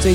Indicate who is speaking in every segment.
Speaker 1: 最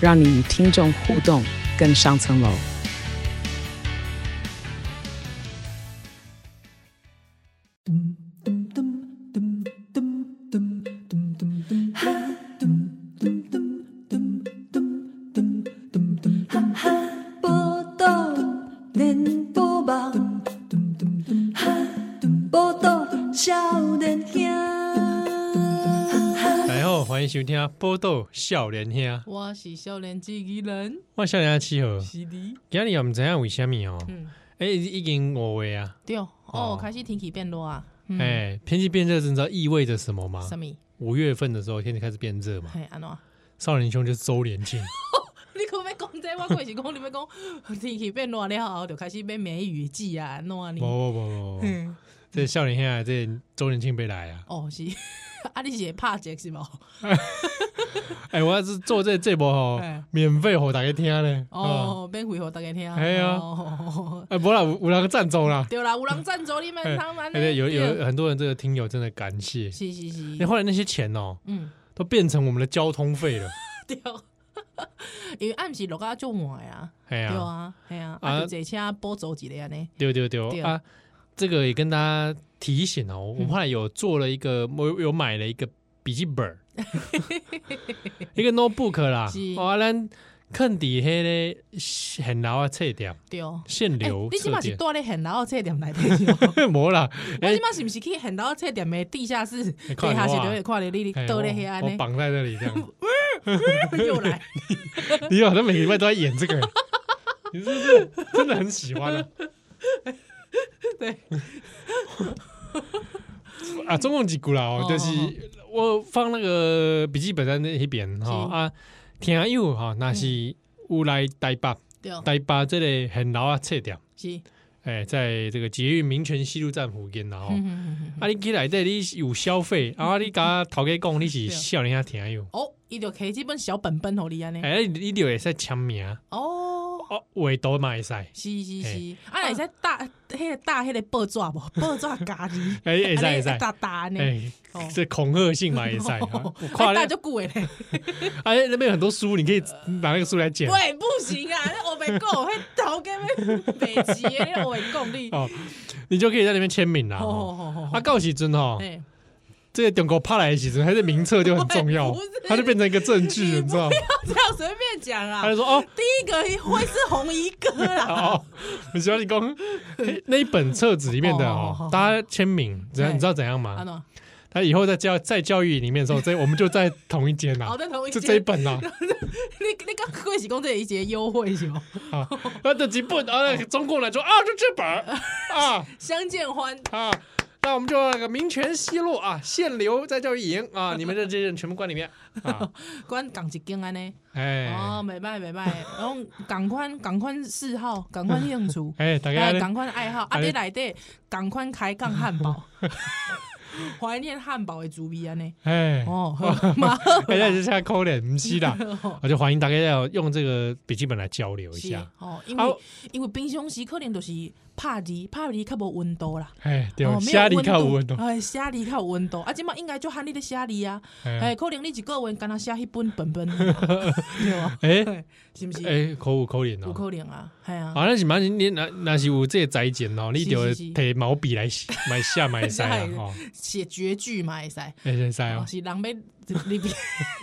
Speaker 1: 让你与听众互动更上层楼。
Speaker 2: 报道连波网，报道少年兄。
Speaker 3: 大家好，欢迎收听《波豆少年兄》，
Speaker 4: 我是少年机器人，
Speaker 3: 我少年兄七号。
Speaker 4: 是你
Speaker 3: 今日也毋知影为虾米哦，
Speaker 4: 嗯
Speaker 3: 哎、已经五月啊，
Speaker 4: 对哦，
Speaker 3: 哦
Speaker 4: 开始天气变热啊，
Speaker 3: 哎、
Speaker 4: 嗯，
Speaker 3: 天气变热，你知道意味着什么吗
Speaker 4: 什？么？嗯
Speaker 3: 五月份的时候，天气开始变热嘛，
Speaker 4: 嘿，安怎？
Speaker 3: 少年兄就是周年庆，
Speaker 4: 你可要讲这个，我过是讲你要讲 天气变热了后，就开始变梅雨季啊，安怎
Speaker 3: 不
Speaker 4: 呢？
Speaker 3: 不不不不，
Speaker 4: 嗯，
Speaker 3: 这少年兄的这周年庆被来啊，
Speaker 4: 哦是， 啊你是会拍折是无？
Speaker 3: 哎、我要是做这这波 吼
Speaker 4: 哎，
Speaker 3: 免费吼大家听呢，哦，
Speaker 4: 哦，免费互大家听。
Speaker 3: 嘿啊
Speaker 4: 哦
Speaker 3: 哎、不啦，有有人赞助啦，
Speaker 4: 对啦，有人赞助你们
Speaker 3: 哎、
Speaker 4: 他们
Speaker 3: 哎对有有
Speaker 4: 对
Speaker 3: 很多人这个听友真的感谢，
Speaker 4: 是是
Speaker 3: 那
Speaker 4: 是，
Speaker 3: 后来那些钱哦、
Speaker 4: 嗯，
Speaker 3: 都变成我们的交通费了，
Speaker 4: 对。 因为暗时落啊足晚呀，
Speaker 3: 哎
Speaker 4: 对
Speaker 3: 呀、
Speaker 4: 啊，系啊，
Speaker 3: 啊
Speaker 4: 啊就坐车补助一个安尼，
Speaker 3: 丢丢丢
Speaker 4: 对
Speaker 3: 啊！这个也跟大家提醒哦，我
Speaker 4: 嗯
Speaker 3: 后来有做了一个，我有买了一个笔记本 儿，一个 notebook 啦
Speaker 4: 是。
Speaker 3: 哇，咱坑底黑嘞，很老啊，撤掉
Speaker 4: 对。
Speaker 3: 限
Speaker 4: 欸
Speaker 3: 流
Speaker 4: 哎你即
Speaker 3: 撤
Speaker 4: 码是
Speaker 3: 掉，
Speaker 4: 住咧现楼册店内底是无？
Speaker 3: 没啦。
Speaker 4: 我
Speaker 3: 哎
Speaker 4: 即码是毋是去现楼册店的地下室？
Speaker 3: 你
Speaker 4: 地
Speaker 3: 看
Speaker 4: 下室
Speaker 3: 我啊
Speaker 4: 就会看着你
Speaker 3: 哎
Speaker 4: 倒咧遐安
Speaker 3: 我我
Speaker 4: 尼，
Speaker 3: 绑在这里这样，
Speaker 4: 又 来。
Speaker 3: 你好像每个礼拜都在演这 个，你是不是真的很喜欢啊？
Speaker 4: 对，
Speaker 3: 啊，总共几股啦？哦，
Speaker 4: 哦
Speaker 3: 就是我放那个笔记本在那一边哈
Speaker 4: 是嗯
Speaker 3: 啊，听友哈，那是有来台北，
Speaker 4: 对，
Speaker 3: 台北这里很老啊，册店，
Speaker 4: 是。
Speaker 3: 哎，在这个捷运民权西路站附近啦吼。
Speaker 4: 嗯嗯嗯嗯
Speaker 3: 啊，你起来这你有消费，啊，你甲头家讲你是
Speaker 4: 对
Speaker 3: 少年啊听友，
Speaker 4: 哦，伊就摕即本小本本互你安尼。
Speaker 3: 哎，你你就会使签名，
Speaker 4: 哦，
Speaker 3: 哦，画图嘛会使，哎，
Speaker 4: 是是是，啊，会使搭迄个搭迄个报纸无？报纸啊家己。
Speaker 3: 会使哎
Speaker 4: 安
Speaker 3: 会
Speaker 4: 尼
Speaker 3: 使，
Speaker 4: 搭搭安尼。
Speaker 3: 哎
Speaker 4: 哦，
Speaker 3: 这恐吓性嘛 会使，啊我
Speaker 4: 哎呃
Speaker 3: 看
Speaker 4: 搭
Speaker 3: 了
Speaker 4: 就久诶咧，
Speaker 3: 哎，那边有很多书，你可以拿那个书来剪。
Speaker 4: 喂，不行啊！那我袂讲，迄头家要白痴的，那我袂 讲你。哦
Speaker 3: 哦，你就可以在那边签名啦。哦
Speaker 4: 哦
Speaker 3: 啊，到时阵哦，
Speaker 4: 哎，
Speaker 3: 这个中国怕来的时阵，他的名册就很重要
Speaker 4: 不是，
Speaker 3: 它就变成一个证 据，你知道吗？
Speaker 4: 这样随便讲啊
Speaker 3: 他。就说哦
Speaker 4: 第一个会是红衣哥 啦，
Speaker 3: 哦，我喜欢你讲 嘿那一本册子里面的
Speaker 4: 哦哦
Speaker 3: 哦
Speaker 4: 哦，
Speaker 3: 大家签名，怎样？
Speaker 4: 对
Speaker 3: 你知道怎样
Speaker 4: 啊
Speaker 3: 吗？
Speaker 4: 喏，
Speaker 3: 他以后在教在教育里面的时候，这我们就在同一间啦
Speaker 4: 好，哦在同一
Speaker 3: 就
Speaker 4: 间，
Speaker 3: 这一本啊 啦，
Speaker 4: 你你刚贵喜公这一节优惠是吗？
Speaker 3: 啊，那这几本啊，中共来说啊，就这本儿啊。
Speaker 4: 相见欢，
Speaker 3: 啊，那我们就那个民权西路啊，限流在教育营 啊，你们这这些人全部关里面啊，
Speaker 4: 关港一间安尼，
Speaker 3: 哎、。
Speaker 4: 哦，袂歹袂歹，然后港款港款嗜好，港款兴趣
Speaker 3: 哎， 大
Speaker 4: 哎，
Speaker 3: 家
Speaker 4: 港款爱好，啊！
Speaker 3: 哎
Speaker 4: 你内底港款开杠汉 堡，怀念汉堡的滋味安尼。
Speaker 3: 哎，
Speaker 4: 哦，好嘛好
Speaker 3: 哎，那就下扣脸，不是 啦，啊我就欢迎大家要用这个笔记本来交流一
Speaker 4: 哦是
Speaker 3: 下，
Speaker 4: 哦，因
Speaker 3: 好
Speaker 4: 为因为冰箱时可能就是拍字，拍字较无温度啦。
Speaker 3: 哎，对，
Speaker 4: 哦，没
Speaker 3: 虾
Speaker 4: 有
Speaker 3: 梨
Speaker 4: 温
Speaker 3: 看
Speaker 4: 度
Speaker 3: 温哦，
Speaker 4: 哎，虾梨较有温度，啊，即马应该就喊你的虾梨啊，
Speaker 3: 哎
Speaker 4: 哎，可能你一个月敢若写迄本本本，啊 对吧？
Speaker 3: 哎
Speaker 4: 哎，是毋是？
Speaker 3: 哎，口五口脸
Speaker 4: 有
Speaker 3: 哦。
Speaker 4: 可能啊，系啊，
Speaker 3: 好，那是蛮你那那是有这个裁剪哦，你
Speaker 4: 是
Speaker 3: 就是
Speaker 4: 是
Speaker 3: 摕毛笔来 写，买下买塞啦
Speaker 4: 是
Speaker 3: 哦，
Speaker 4: 写绝句嘛会使，
Speaker 3: 哎先塞
Speaker 4: 哦
Speaker 3: 哦，
Speaker 4: 是人要 你别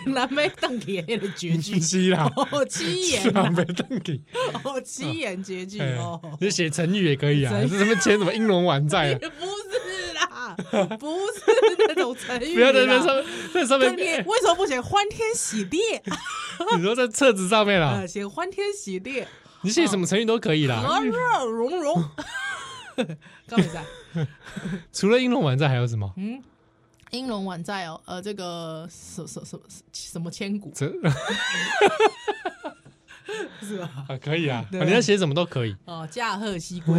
Speaker 4: 人要当起迄个绝
Speaker 3: 不
Speaker 4: 句，
Speaker 3: 是啦，
Speaker 4: 哦，七
Speaker 3: 是
Speaker 4: 言
Speaker 3: 啦，
Speaker 4: 啊，
Speaker 3: 没登 记。
Speaker 4: 哦，七言绝句
Speaker 3: 哎
Speaker 4: 哦，
Speaker 3: 你写成语也可以啊，
Speaker 4: 成
Speaker 3: 这
Speaker 4: 语
Speaker 3: 什么签什么英龙晚在 啊，
Speaker 4: 不是啦， 不是那种成语啦，
Speaker 3: 不要在那边上在上
Speaker 4: 对，
Speaker 3: 面，
Speaker 4: 你为什么不写欢天喜地？
Speaker 3: 你说在册子上面啦
Speaker 4: 啊，，写欢天喜地。
Speaker 3: 你写什么成语都可以啦，
Speaker 4: 和乐融融。 刚没在，
Speaker 3: 除了英龙晚在还有什么？
Speaker 4: 嗯，英龙晚在 哦，呃，这个什什什什什么千古，
Speaker 3: 这
Speaker 4: 是吧？
Speaker 3: 啊，可以啊，
Speaker 4: 对
Speaker 3: 啊你要写什么都可以，
Speaker 4: 哦，驾鹤西 归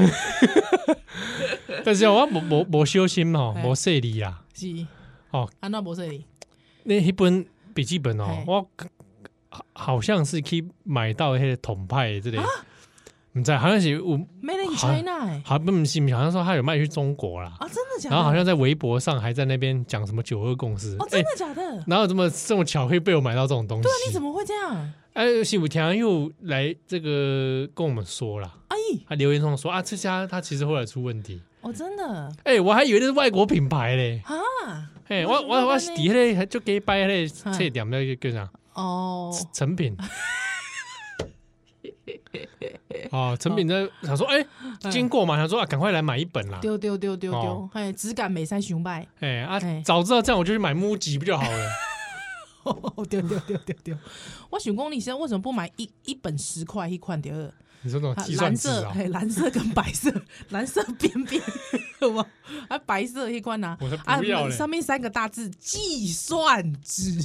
Speaker 3: 但是哦我无无无小心哦，
Speaker 4: 嘿
Speaker 3: 无细腻啦。
Speaker 4: 是啊
Speaker 3: 哦，
Speaker 4: 安娜博士里
Speaker 3: 那迄本笔记本哦
Speaker 4: 嘿，
Speaker 3: 我好好像是去买到迄个统派的这
Speaker 4: 啊
Speaker 3: 里、不知道好像是有，
Speaker 4: ，Made in
Speaker 3: 好
Speaker 4: China 哎
Speaker 3: 好不不是，好像说他有卖去中国啦，
Speaker 4: 啊，真的假的？
Speaker 3: 然后好像在微博上还在那边讲什么九二共识，
Speaker 4: 哦，真的假的？
Speaker 3: 哪有这么这么巧会被我买到这种东西？
Speaker 4: 对啊，你怎么会这样？
Speaker 3: 哎，是武田又来这个跟我们说啦，
Speaker 4: 阿姨，
Speaker 3: 他留言上说啊，这家他其实后来出问题，
Speaker 4: 哎哦，真的
Speaker 3: 哎、我还以为这是外国品牌嘞，
Speaker 4: 啊，
Speaker 3: 哎、
Speaker 4: 我
Speaker 3: 我
Speaker 4: 怎么
Speaker 3: 我我
Speaker 4: 会
Speaker 3: 是
Speaker 4: 呢哎
Speaker 3: 底下嘞就给拜嘞，这点那个叫啥
Speaker 4: 哦，
Speaker 3: 成品。 哦，成品在想说，哎、经过嘛，想说啊，赶快来买一本啦。
Speaker 4: 嗯丢丢丢丢
Speaker 3: 哦
Speaker 4: 丢，哎，质感美山雄 败，
Speaker 3: 哎、啊，
Speaker 4: 哎
Speaker 3: 早知道这样我就去买木吉不就好了？
Speaker 4: 哦丢丢丢丢丢。我想讲，你现在为什么不买一一本十块一款第二？
Speaker 3: 你说那种
Speaker 4: 啊
Speaker 3: 计算
Speaker 4: 蓝
Speaker 3: 纸
Speaker 4: 色，
Speaker 3: 啊、
Speaker 4: 哎，蓝色跟白色， 蓝色边边，我啊，白色一款呐
Speaker 3: 我才，
Speaker 4: 啊
Speaker 3: 不要，嘞
Speaker 4: 上面三个大字计算纸，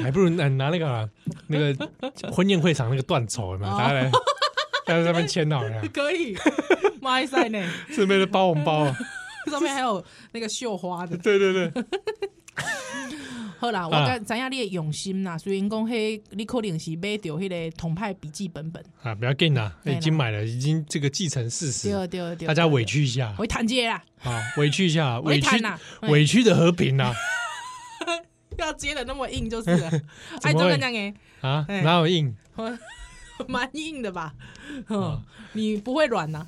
Speaker 3: 还不如拿拿那个啊、那个婚宴会场那个断筹
Speaker 4: 哦
Speaker 3: 嘛，大家来大家在上面签好 了，
Speaker 4: 可以，妈塞呢，
Speaker 3: 顺便包红包啊。
Speaker 4: 上面还有那个绣花的。
Speaker 3: 对对对，
Speaker 4: 好啦，我
Speaker 3: 啊
Speaker 4: 刚知影你的用心啦，虽然讲迄你可能是买着迄个同派笔记本本，
Speaker 3: 啊，不要紧啦，
Speaker 4: 对啦
Speaker 3: 已经买了，已经这个既成事实，
Speaker 4: 对对对，
Speaker 3: 大家委屈一下
Speaker 4: 回团结啦，
Speaker 3: 啊，委屈一下，委
Speaker 4: 回
Speaker 3: 屈
Speaker 4: 弹啦，
Speaker 3: 委屈的和平呐
Speaker 4: 要接的那么硬就是 了，
Speaker 3: 怎
Speaker 4: 哎，
Speaker 3: 么
Speaker 4: 就
Speaker 3: 会
Speaker 4: 跟讲哎，
Speaker 3: 啊，
Speaker 4: 哎
Speaker 3: 哪有硬？
Speaker 4: 蛮硬的 吧？
Speaker 3: 啊
Speaker 4: 嗯，你不会软 呐，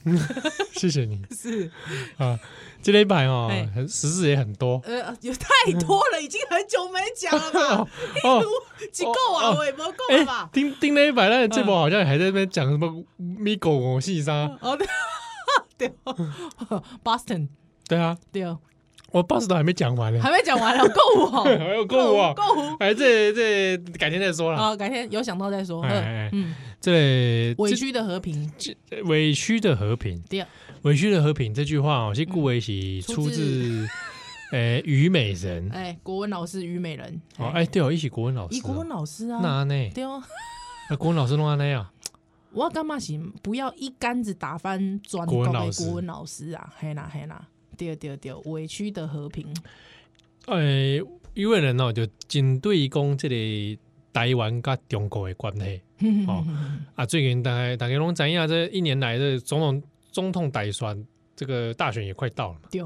Speaker 3: 谢谢你
Speaker 4: 是，
Speaker 3: 啊，这一版哦
Speaker 4: 哎，
Speaker 3: 很实事也很多
Speaker 4: 呃，有太多了，已经很久没讲 了吧？哎
Speaker 3: 哦。
Speaker 4: 几够啊，
Speaker 3: 哦哦
Speaker 4: 我也不够
Speaker 3: 哎
Speaker 4: 了，吧？嗯
Speaker 3: 听听那一版，那这波好像还在那边讲什么咪狗我细沙，
Speaker 4: 哦 对对，Boston 哦
Speaker 3: 对啊，
Speaker 4: 对，哦
Speaker 3: 我 boss 都还没讲完呢，
Speaker 4: 还没讲 完了，够我，
Speaker 3: 还有够啊，
Speaker 4: 够我。
Speaker 3: 哎，这这改天再说啦。
Speaker 4: 啊，改天有想到再说。
Speaker 3: 哎哎哎
Speaker 4: 嗯嗯，
Speaker 3: 这
Speaker 4: 委屈的和平，
Speaker 3: 这委屈的和平，
Speaker 4: 对，
Speaker 3: 委屈的和平这句话哦，是顾维喜出
Speaker 4: 嗯出
Speaker 3: 自呃虞美人
Speaker 4: 哎，国文老师虞美人，
Speaker 3: 哦，哎，对哦，一起国文老师
Speaker 4: 以
Speaker 3: 哦，
Speaker 4: 国文老师啊，
Speaker 3: 那安内，
Speaker 4: 对哦，
Speaker 3: 那国文老师弄安内啊，
Speaker 4: 我干嘛行？不要一竿子打翻砖
Speaker 3: 国文
Speaker 4: 头的
Speaker 3: 老师
Speaker 4: 国文老师啊，嘿啦嘿啦，对哦对对，委屈的和平，
Speaker 3: 哎，虞美人哦，就针对讲这个台湾跟中国的关系。哦啊，最近大概大家拢知影，这一年来的总统总统大选，这个大选也快到了嘛。
Speaker 4: 对，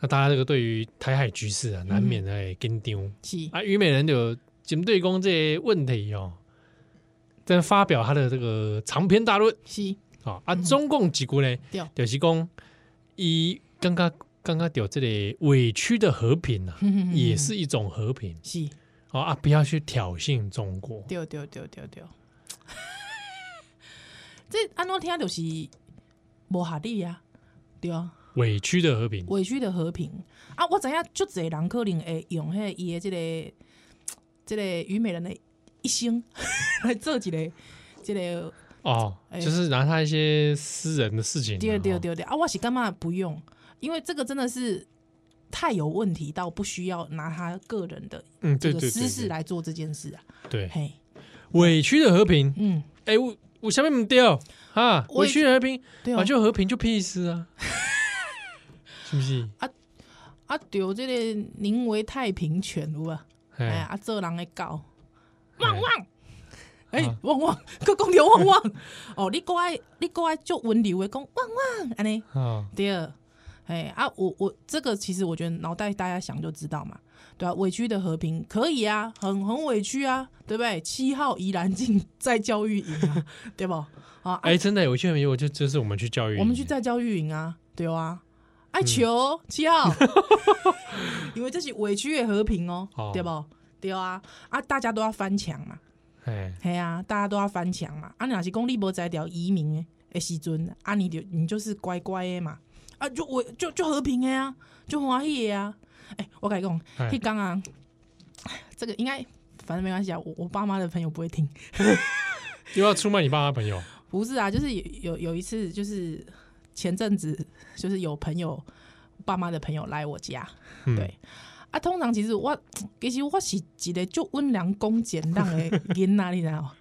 Speaker 3: 那大家这个对于台海局势啊，难免会紧张、
Speaker 4: 是，
Speaker 3: 啊。虞美人就针对公这些问题哦，在发表他的这个长篇大论
Speaker 4: 是，
Speaker 3: 啊、啊，中共几股呢
Speaker 4: 嗯对，
Speaker 3: 就是讲一刚刚刚刚有这里委屈的和平啊，也是
Speaker 4: 嗯
Speaker 3: 一种和平
Speaker 4: 是，
Speaker 3: 哦啊，不要去挑衅中国。
Speaker 4: 对对对对对。 这安怎听就是无合理啊，对啊。
Speaker 3: 委屈的和平，
Speaker 4: 委屈的和平啊！我知影足侪人可能会用迄伊的即、个即、个虞美人的一生 来做一个即、个
Speaker 3: 哦，
Speaker 4: 哎
Speaker 3: 就是拿他一些私人的事情啊，
Speaker 4: 对对
Speaker 3: 哦，
Speaker 4: 对对啊！我是干嘛不用？因为这个真的是太有问题到不需要拿他个人的
Speaker 3: 嗯，
Speaker 4: 这
Speaker 3: 对
Speaker 4: 个
Speaker 3: 对
Speaker 4: 私
Speaker 3: 对
Speaker 4: 事
Speaker 3: 对，
Speaker 4: 来做这件事啊！
Speaker 3: 对
Speaker 4: 嘿，
Speaker 3: 委屈的和平，
Speaker 4: 嗯，
Speaker 3: 哎，我我下面不掉啊，
Speaker 4: 我
Speaker 3: 委
Speaker 4: 也
Speaker 3: 屈的和平，
Speaker 4: 对
Speaker 3: 啊，
Speaker 4: 哦
Speaker 3: 就和平就屁事 啊，是不是？
Speaker 4: 啊，对这个宁为太平犬有啊，哎
Speaker 3: 哎，
Speaker 4: 啊，做人的狗。
Speaker 3: 旺旺，
Speaker 4: 哎、
Speaker 3: 啊
Speaker 4: 汪汪，佮讲着汪汪， 哦，你够爱，你够爱足温柔的讲汪汪，安尼，
Speaker 3: 啊，
Speaker 4: 第二，哎啊，我我这个其实我觉得脑袋大家想就知道嘛，对啊，委屈的和平可以啊，很很委屈啊，对不对？七号宜兰进在教育营啊， 对不？啊，啊
Speaker 3: 哎，真的委屈的和平，我就这是我们去教育，
Speaker 4: 我们去，在教育营啊，对
Speaker 3: 嗯
Speaker 4: 啊，爱球 七号，因为这是委屈的和平哦，
Speaker 3: 哦
Speaker 4: 对不？对啊，啊，大家都要翻墙嘛，
Speaker 3: 哎，
Speaker 4: 嘿啊，大家都要翻墙嘛。啊，你若是讲你无在条移民的时阵，啊，你就你就是乖乖的嘛。啊，就我就就和平的啊，就欢喜的啊。哎、我跟你讲，
Speaker 3: 哎
Speaker 4: 迄刚啊，这个应该反正没关系啊。我我爸妈的朋友不会听。
Speaker 3: 又要出卖你爸妈朋友，
Speaker 4: 不是啊，就是有有有一次，就是前阵子，就是有朋友爸妈的朋友来我家，
Speaker 3: 嗯
Speaker 4: 对。啊，通常其实我 其实我是一个就温良恭俭让的囡仔，你知道吗？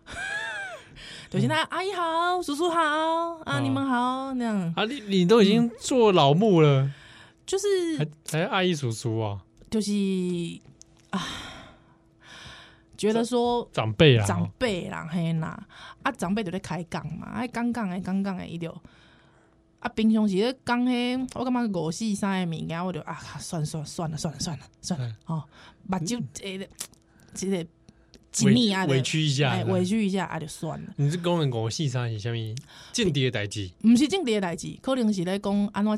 Speaker 4: 有
Speaker 3: 嗯
Speaker 4: 些他阿姨好，叔叔好啊，
Speaker 3: 哦
Speaker 4: 你们好那样，
Speaker 3: 啊，你你都已经做老木了，
Speaker 4: 嗯就是
Speaker 3: 还还阿姨叔叔啊，
Speaker 4: 就是啊，觉得说
Speaker 3: 长辈啊，
Speaker 4: 长辈啦嘿啦，啊长辈就咧开讲嘛，哎讲讲哎讲讲哎伊就啊平常时咧讲迄，我感觉五四三的物件，我就啊算算算了算了算了算了
Speaker 3: 嗯，
Speaker 4: 哦，目睭欸诶，即个一
Speaker 3: 委
Speaker 4: 年啊，
Speaker 3: 委屈一下嗯
Speaker 4: 哎，委屈一下啊就算了。
Speaker 3: 你这工人我细三是虾米间谍代志？
Speaker 4: 毋是政治诶代志，可能是咧讲安怎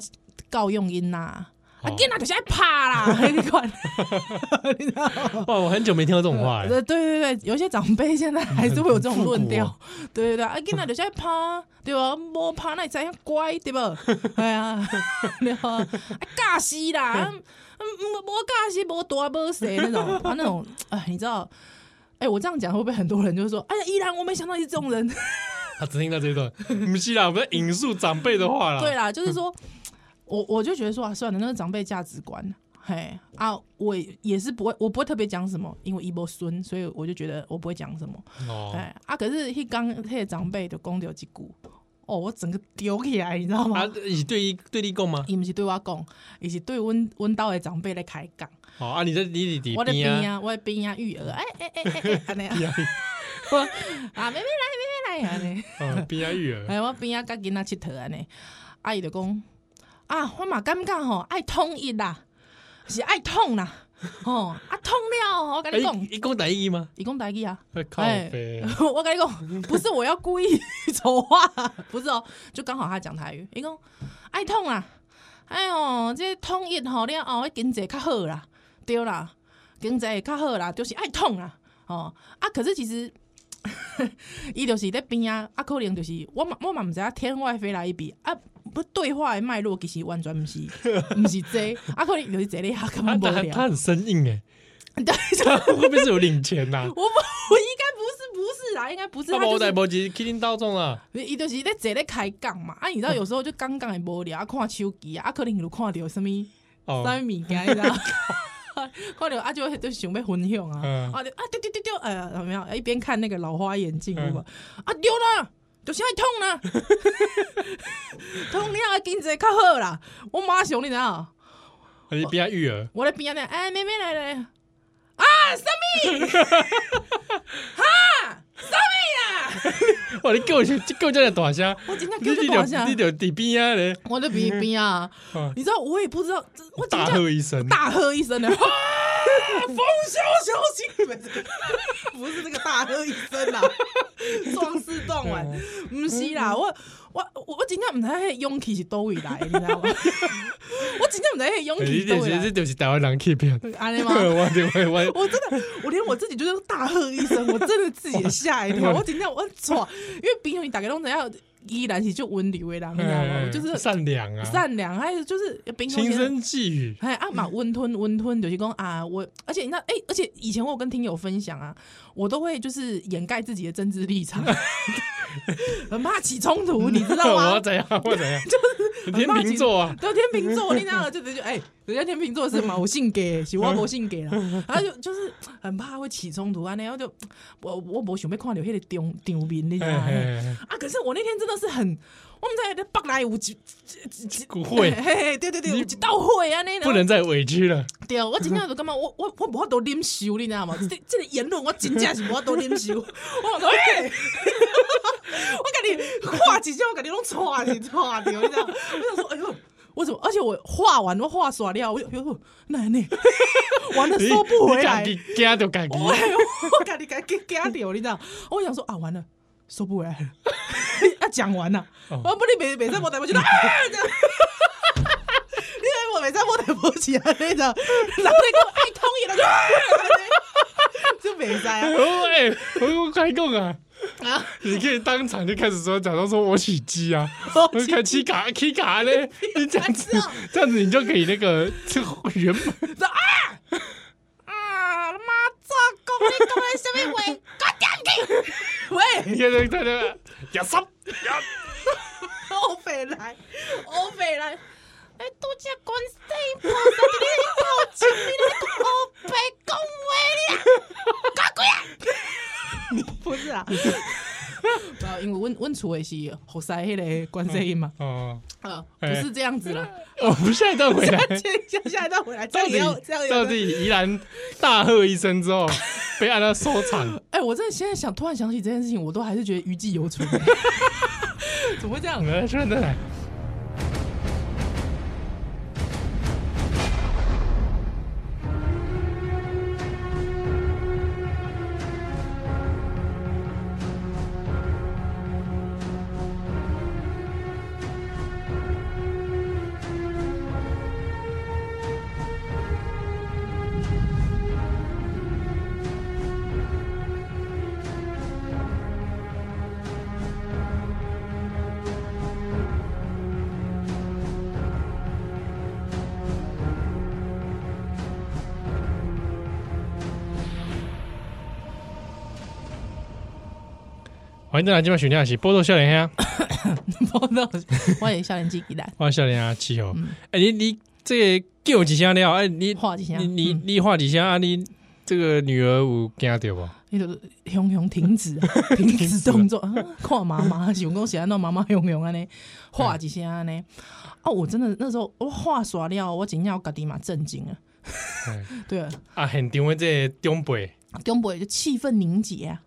Speaker 4: 教育囡仔，啊
Speaker 3: 哦
Speaker 4: 囡仔就是爱 拍啦，迄 款。
Speaker 3: 哇，我很久没听到这种话了。
Speaker 4: 呃对对对，有一些长辈 现在还是会有这种论调
Speaker 3: 哎嗯很，
Speaker 4: 对对对，啊囡仔就是爱拍，对吧？无拍那怎样乖，对吧？哎呀， 对吧？啊教死啦，啊嗯无教死无大无小那种，啊那种，哎，你知道？哎、我这样讲会不会很多人就说：“哎呀，依然我没想到你是这种人。”
Speaker 3: 啊他只听到这一段，不是啦，我们在引述长辈的话啦。
Speaker 4: 对啦，就是说，我我就觉得说啊，算了，那是长辈价值观。嘿啊，我也是不会，我不会特别讲什么，因为一波孙，所以我就觉得我不会讲什么。
Speaker 3: 哦，
Speaker 4: 哎、啊，可是迄刚迄个长辈就讲到一句，哦，我整个丢起来，你知道吗
Speaker 3: 啊？，你对一对立共吗？
Speaker 4: 伊毋是对我讲，伊是对阮阮兜的长辈咧开讲。
Speaker 3: 哦，啊，你在你弟弟
Speaker 4: 我的
Speaker 3: 边
Speaker 4: 边
Speaker 3: 啊，
Speaker 4: 啊，我的边啊，育儿，哎哎哎哎哎，安尼啊，啊，妹妹来，妹妹来，安 尼。
Speaker 3: 哦边啊育儿，
Speaker 4: 哎，我边啊甲囡仔佚佗安尼，阿姨就讲啊，我嘛感觉吼爱统一啦，是爱痛啦，吼啊痛了吼，我跟你讲，
Speaker 3: 一共打一吗？
Speaker 4: 伊讲台语啊，
Speaker 3: 啊靠 背，
Speaker 4: 我跟你讲，不是我要故意丑化， 不是哦，就刚好他讲台语，伊讲爱痛啦，哎哟，这统一吼了后，经济较好啦，对啦，经济会较好啦，就是爱痛啦，哦啊，可是其实。 伊就是咧边啊，啊，可能就是我嘛，我嘛毋知影天外飞来一笔啊，不对话的脉络其实完全毋是， 毋是这個啊，可能就是这里啊，根
Speaker 3: 他
Speaker 4: 本无
Speaker 3: 他
Speaker 4: 聊。
Speaker 3: 他很生硬哎，
Speaker 4: 对，
Speaker 3: 他会不会是有领钱呐？
Speaker 4: 我不，我应该不是，不是啦，应该不是。
Speaker 3: 他
Speaker 4: 他就
Speaker 3: 无
Speaker 4: 是
Speaker 3: 代无志，麒麟刀中啊了，
Speaker 4: 伊就是咧坐咧开讲嘛，啊，
Speaker 3: 哦
Speaker 4: 你知道有时候就刚刚也无聊，啊，看手机啊，啊，可能有看到什物
Speaker 3: 哦
Speaker 4: 啥物物件，你知道？ 看到啊，就就想要分享啊，
Speaker 3: 嗯
Speaker 4: 啊，就啊丢丢丢丢，哎呀，怎么样？一边看那个老花眼镜，
Speaker 3: 嗯
Speaker 4: 有无啊丢啦，就是爱痛啦， 痛了啊，经济较好啦，我马上你知道？
Speaker 3: 还是边啊育儿？
Speaker 4: 我咧边仔咧，哎，妹妹来来，啊，什么？哈，什么啦？
Speaker 3: 哇，你给我去，给我叫你大声，
Speaker 4: 我真正
Speaker 3: 你
Speaker 4: 叫
Speaker 3: 你
Speaker 4: 你大
Speaker 3: 就你
Speaker 4: 声。
Speaker 3: 就底边啊嘞，
Speaker 4: 我的鼻边啊，
Speaker 3: 啊
Speaker 4: 你知道我也不知道，这我真
Speaker 3: 大
Speaker 4: 的
Speaker 3: 喝一声，
Speaker 4: 大喝一声的，啊风萧萧兮，不是 不是这个大喝一声啊啦， 壮士断腕，不是啦，我我我我真正不知道那个勇气是多位来的，你知 道吗？我真正不知道那个勇
Speaker 3: 哎
Speaker 4: 气
Speaker 3: 你
Speaker 4: 是多
Speaker 3: 这
Speaker 4: 位来
Speaker 3: 这
Speaker 4: 的，
Speaker 3: 就是台湾人欺 骗，
Speaker 4: 安尼吗？
Speaker 3: 我我我。
Speaker 4: 啊我真的，我连我自己就是大喝一声，我真的自己也吓一 跳，我真的我错，因为平常你打开都怎样，依然是就温里为人，你知道吗？
Speaker 3: 哎
Speaker 4: 我就是
Speaker 3: 善良啊，
Speaker 4: 善良，还有就是平常
Speaker 3: 轻
Speaker 4: 时
Speaker 3: 声细语，
Speaker 4: 哎，啊嘛，温吞温吞，就是讲啊，我而且你知道，哎、 而且以前我有跟听友分享啊，我都会就是掩盖自己的政治立场， 很怕起冲突，你知道
Speaker 3: 嗯 我要
Speaker 4: 吗？
Speaker 3: 怎样？我怎 样？就是天秤座啊，
Speaker 4: 对，天秤座，你知道，就直接 哎，人家天秤座是某性给，是我某性给了， 然后就就是很怕会起冲突啊，然后就我我我想要看到那个丢丢面，你知道
Speaker 3: 嘿
Speaker 4: 吗？
Speaker 3: 嘿嘿
Speaker 4: 啊，可是我那天真的是很，我们在那北来有几
Speaker 3: 骨会
Speaker 4: 嘿嘿，对对对，有
Speaker 3: 你
Speaker 4: 一道会啊，那
Speaker 3: 不能再委屈了。
Speaker 4: 对，啊我真正就感觉我我我无法度忍受，你知道吗？这这个言论我真正是无法度忍受。 我讲，哎、 我跟你画一下，我跟你拢错 你错掉，你知道吗？我想说，哎呦。我怎么？而且我画完，我画耍了，我就哟，那呢，完了收不回来。
Speaker 3: 你家就家己，
Speaker 4: 我我赶紧赶紧赶掉，你知道？我想说啊，完了，收不回来了， 啊，讲完了，我
Speaker 3: 哦
Speaker 4: 不你每每次我台我就啊，这样你以为我每次我台不起来那种，然后你给我爱通一了就啊，就没在啊
Speaker 3: 我哎，我我开讲啊！
Speaker 4: 啊，
Speaker 3: 你可以当场就开始说，假装说我起鸡啊，
Speaker 4: 我
Speaker 3: 我
Speaker 4: 起
Speaker 3: 开起卡起卡嘞，你这样子，
Speaker 4: 啊
Speaker 3: 这样子你就可以那个这原本
Speaker 4: 就啊啊，妈做公你讲的什么话， 我点去，喂
Speaker 3: 你。看那他那亚三亚，
Speaker 4: 欧北来，欧北来，哎，拄则观世音菩萨伫你头前面咧讲欧北讲话咧，讲鬼啊！不是啊，不要因为问问楚伟是后塞黑嘞关世音嘛，
Speaker 3: 哦，
Speaker 4: 呃，不是这样子啦。
Speaker 3: 我们下一段回 来，
Speaker 4: 下下一段回来，这
Speaker 3: 到
Speaker 4: 样也要
Speaker 3: 底
Speaker 4: 这样也要
Speaker 3: 到底宜兰大喝一声之后 被按到收场，
Speaker 4: 哎、我真的现在想，突然想起这件事情，我都还是觉得余悸犹存。怎么会这样
Speaker 3: 我？们真的来。欢迎再来今晚选料是波多笑脸兄，
Speaker 4: 我到我也笑脸机给来
Speaker 3: 我笑脸啊，气候。哎，你你这个叫几声了？哎，你
Speaker 4: 嗯画一下，
Speaker 3: 你你
Speaker 4: 嗯
Speaker 3: 你画几声啊？你这个女儿有惊到哎不？
Speaker 4: 你就熊熊停止 啊，停止动作，啊看妈妈，想讲是安弄妈妈熊熊安尼画一下安尼。哦，我真的那时候我画耍了，我真正我家己嘛震惊了。对啊，
Speaker 3: 啊，现场的这个长辈，
Speaker 4: 中部就气氛凝结啊，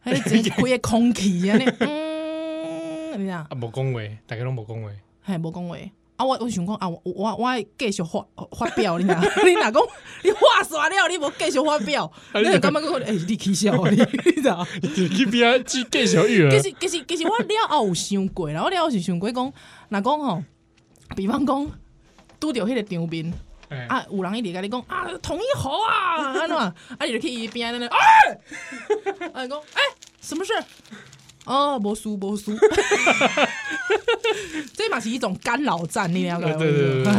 Speaker 4: 还是整个空气 安尼，嗯，你知道。
Speaker 3: 啊，无讲话，大家拢无 讲话。
Speaker 4: 嘿，无讲话。啊，我我想讲啊，我我我要继续发发表，你 哪你哪讲你话耍了，你无继续发 表，
Speaker 3: 啊
Speaker 4: 你
Speaker 3: 你
Speaker 4: 就感觉讲，哎、你起笑啊，你你知道？
Speaker 3: 你去边啊去继续育儿
Speaker 4: 其，实其实其实我了后有想过啦，我了后是想过讲，若讲吼，比方讲拄着迄个场面
Speaker 3: 哎
Speaker 4: 啊，有人一直甲你讲啊，统一好啊，安怎啊，你就去伊边仔那，哎、啊，你讲哎、 什么事？哦，无输无输， 这嘛是一种干扰战，你了解
Speaker 3: 对
Speaker 4: 吗？
Speaker 3: 对对对对，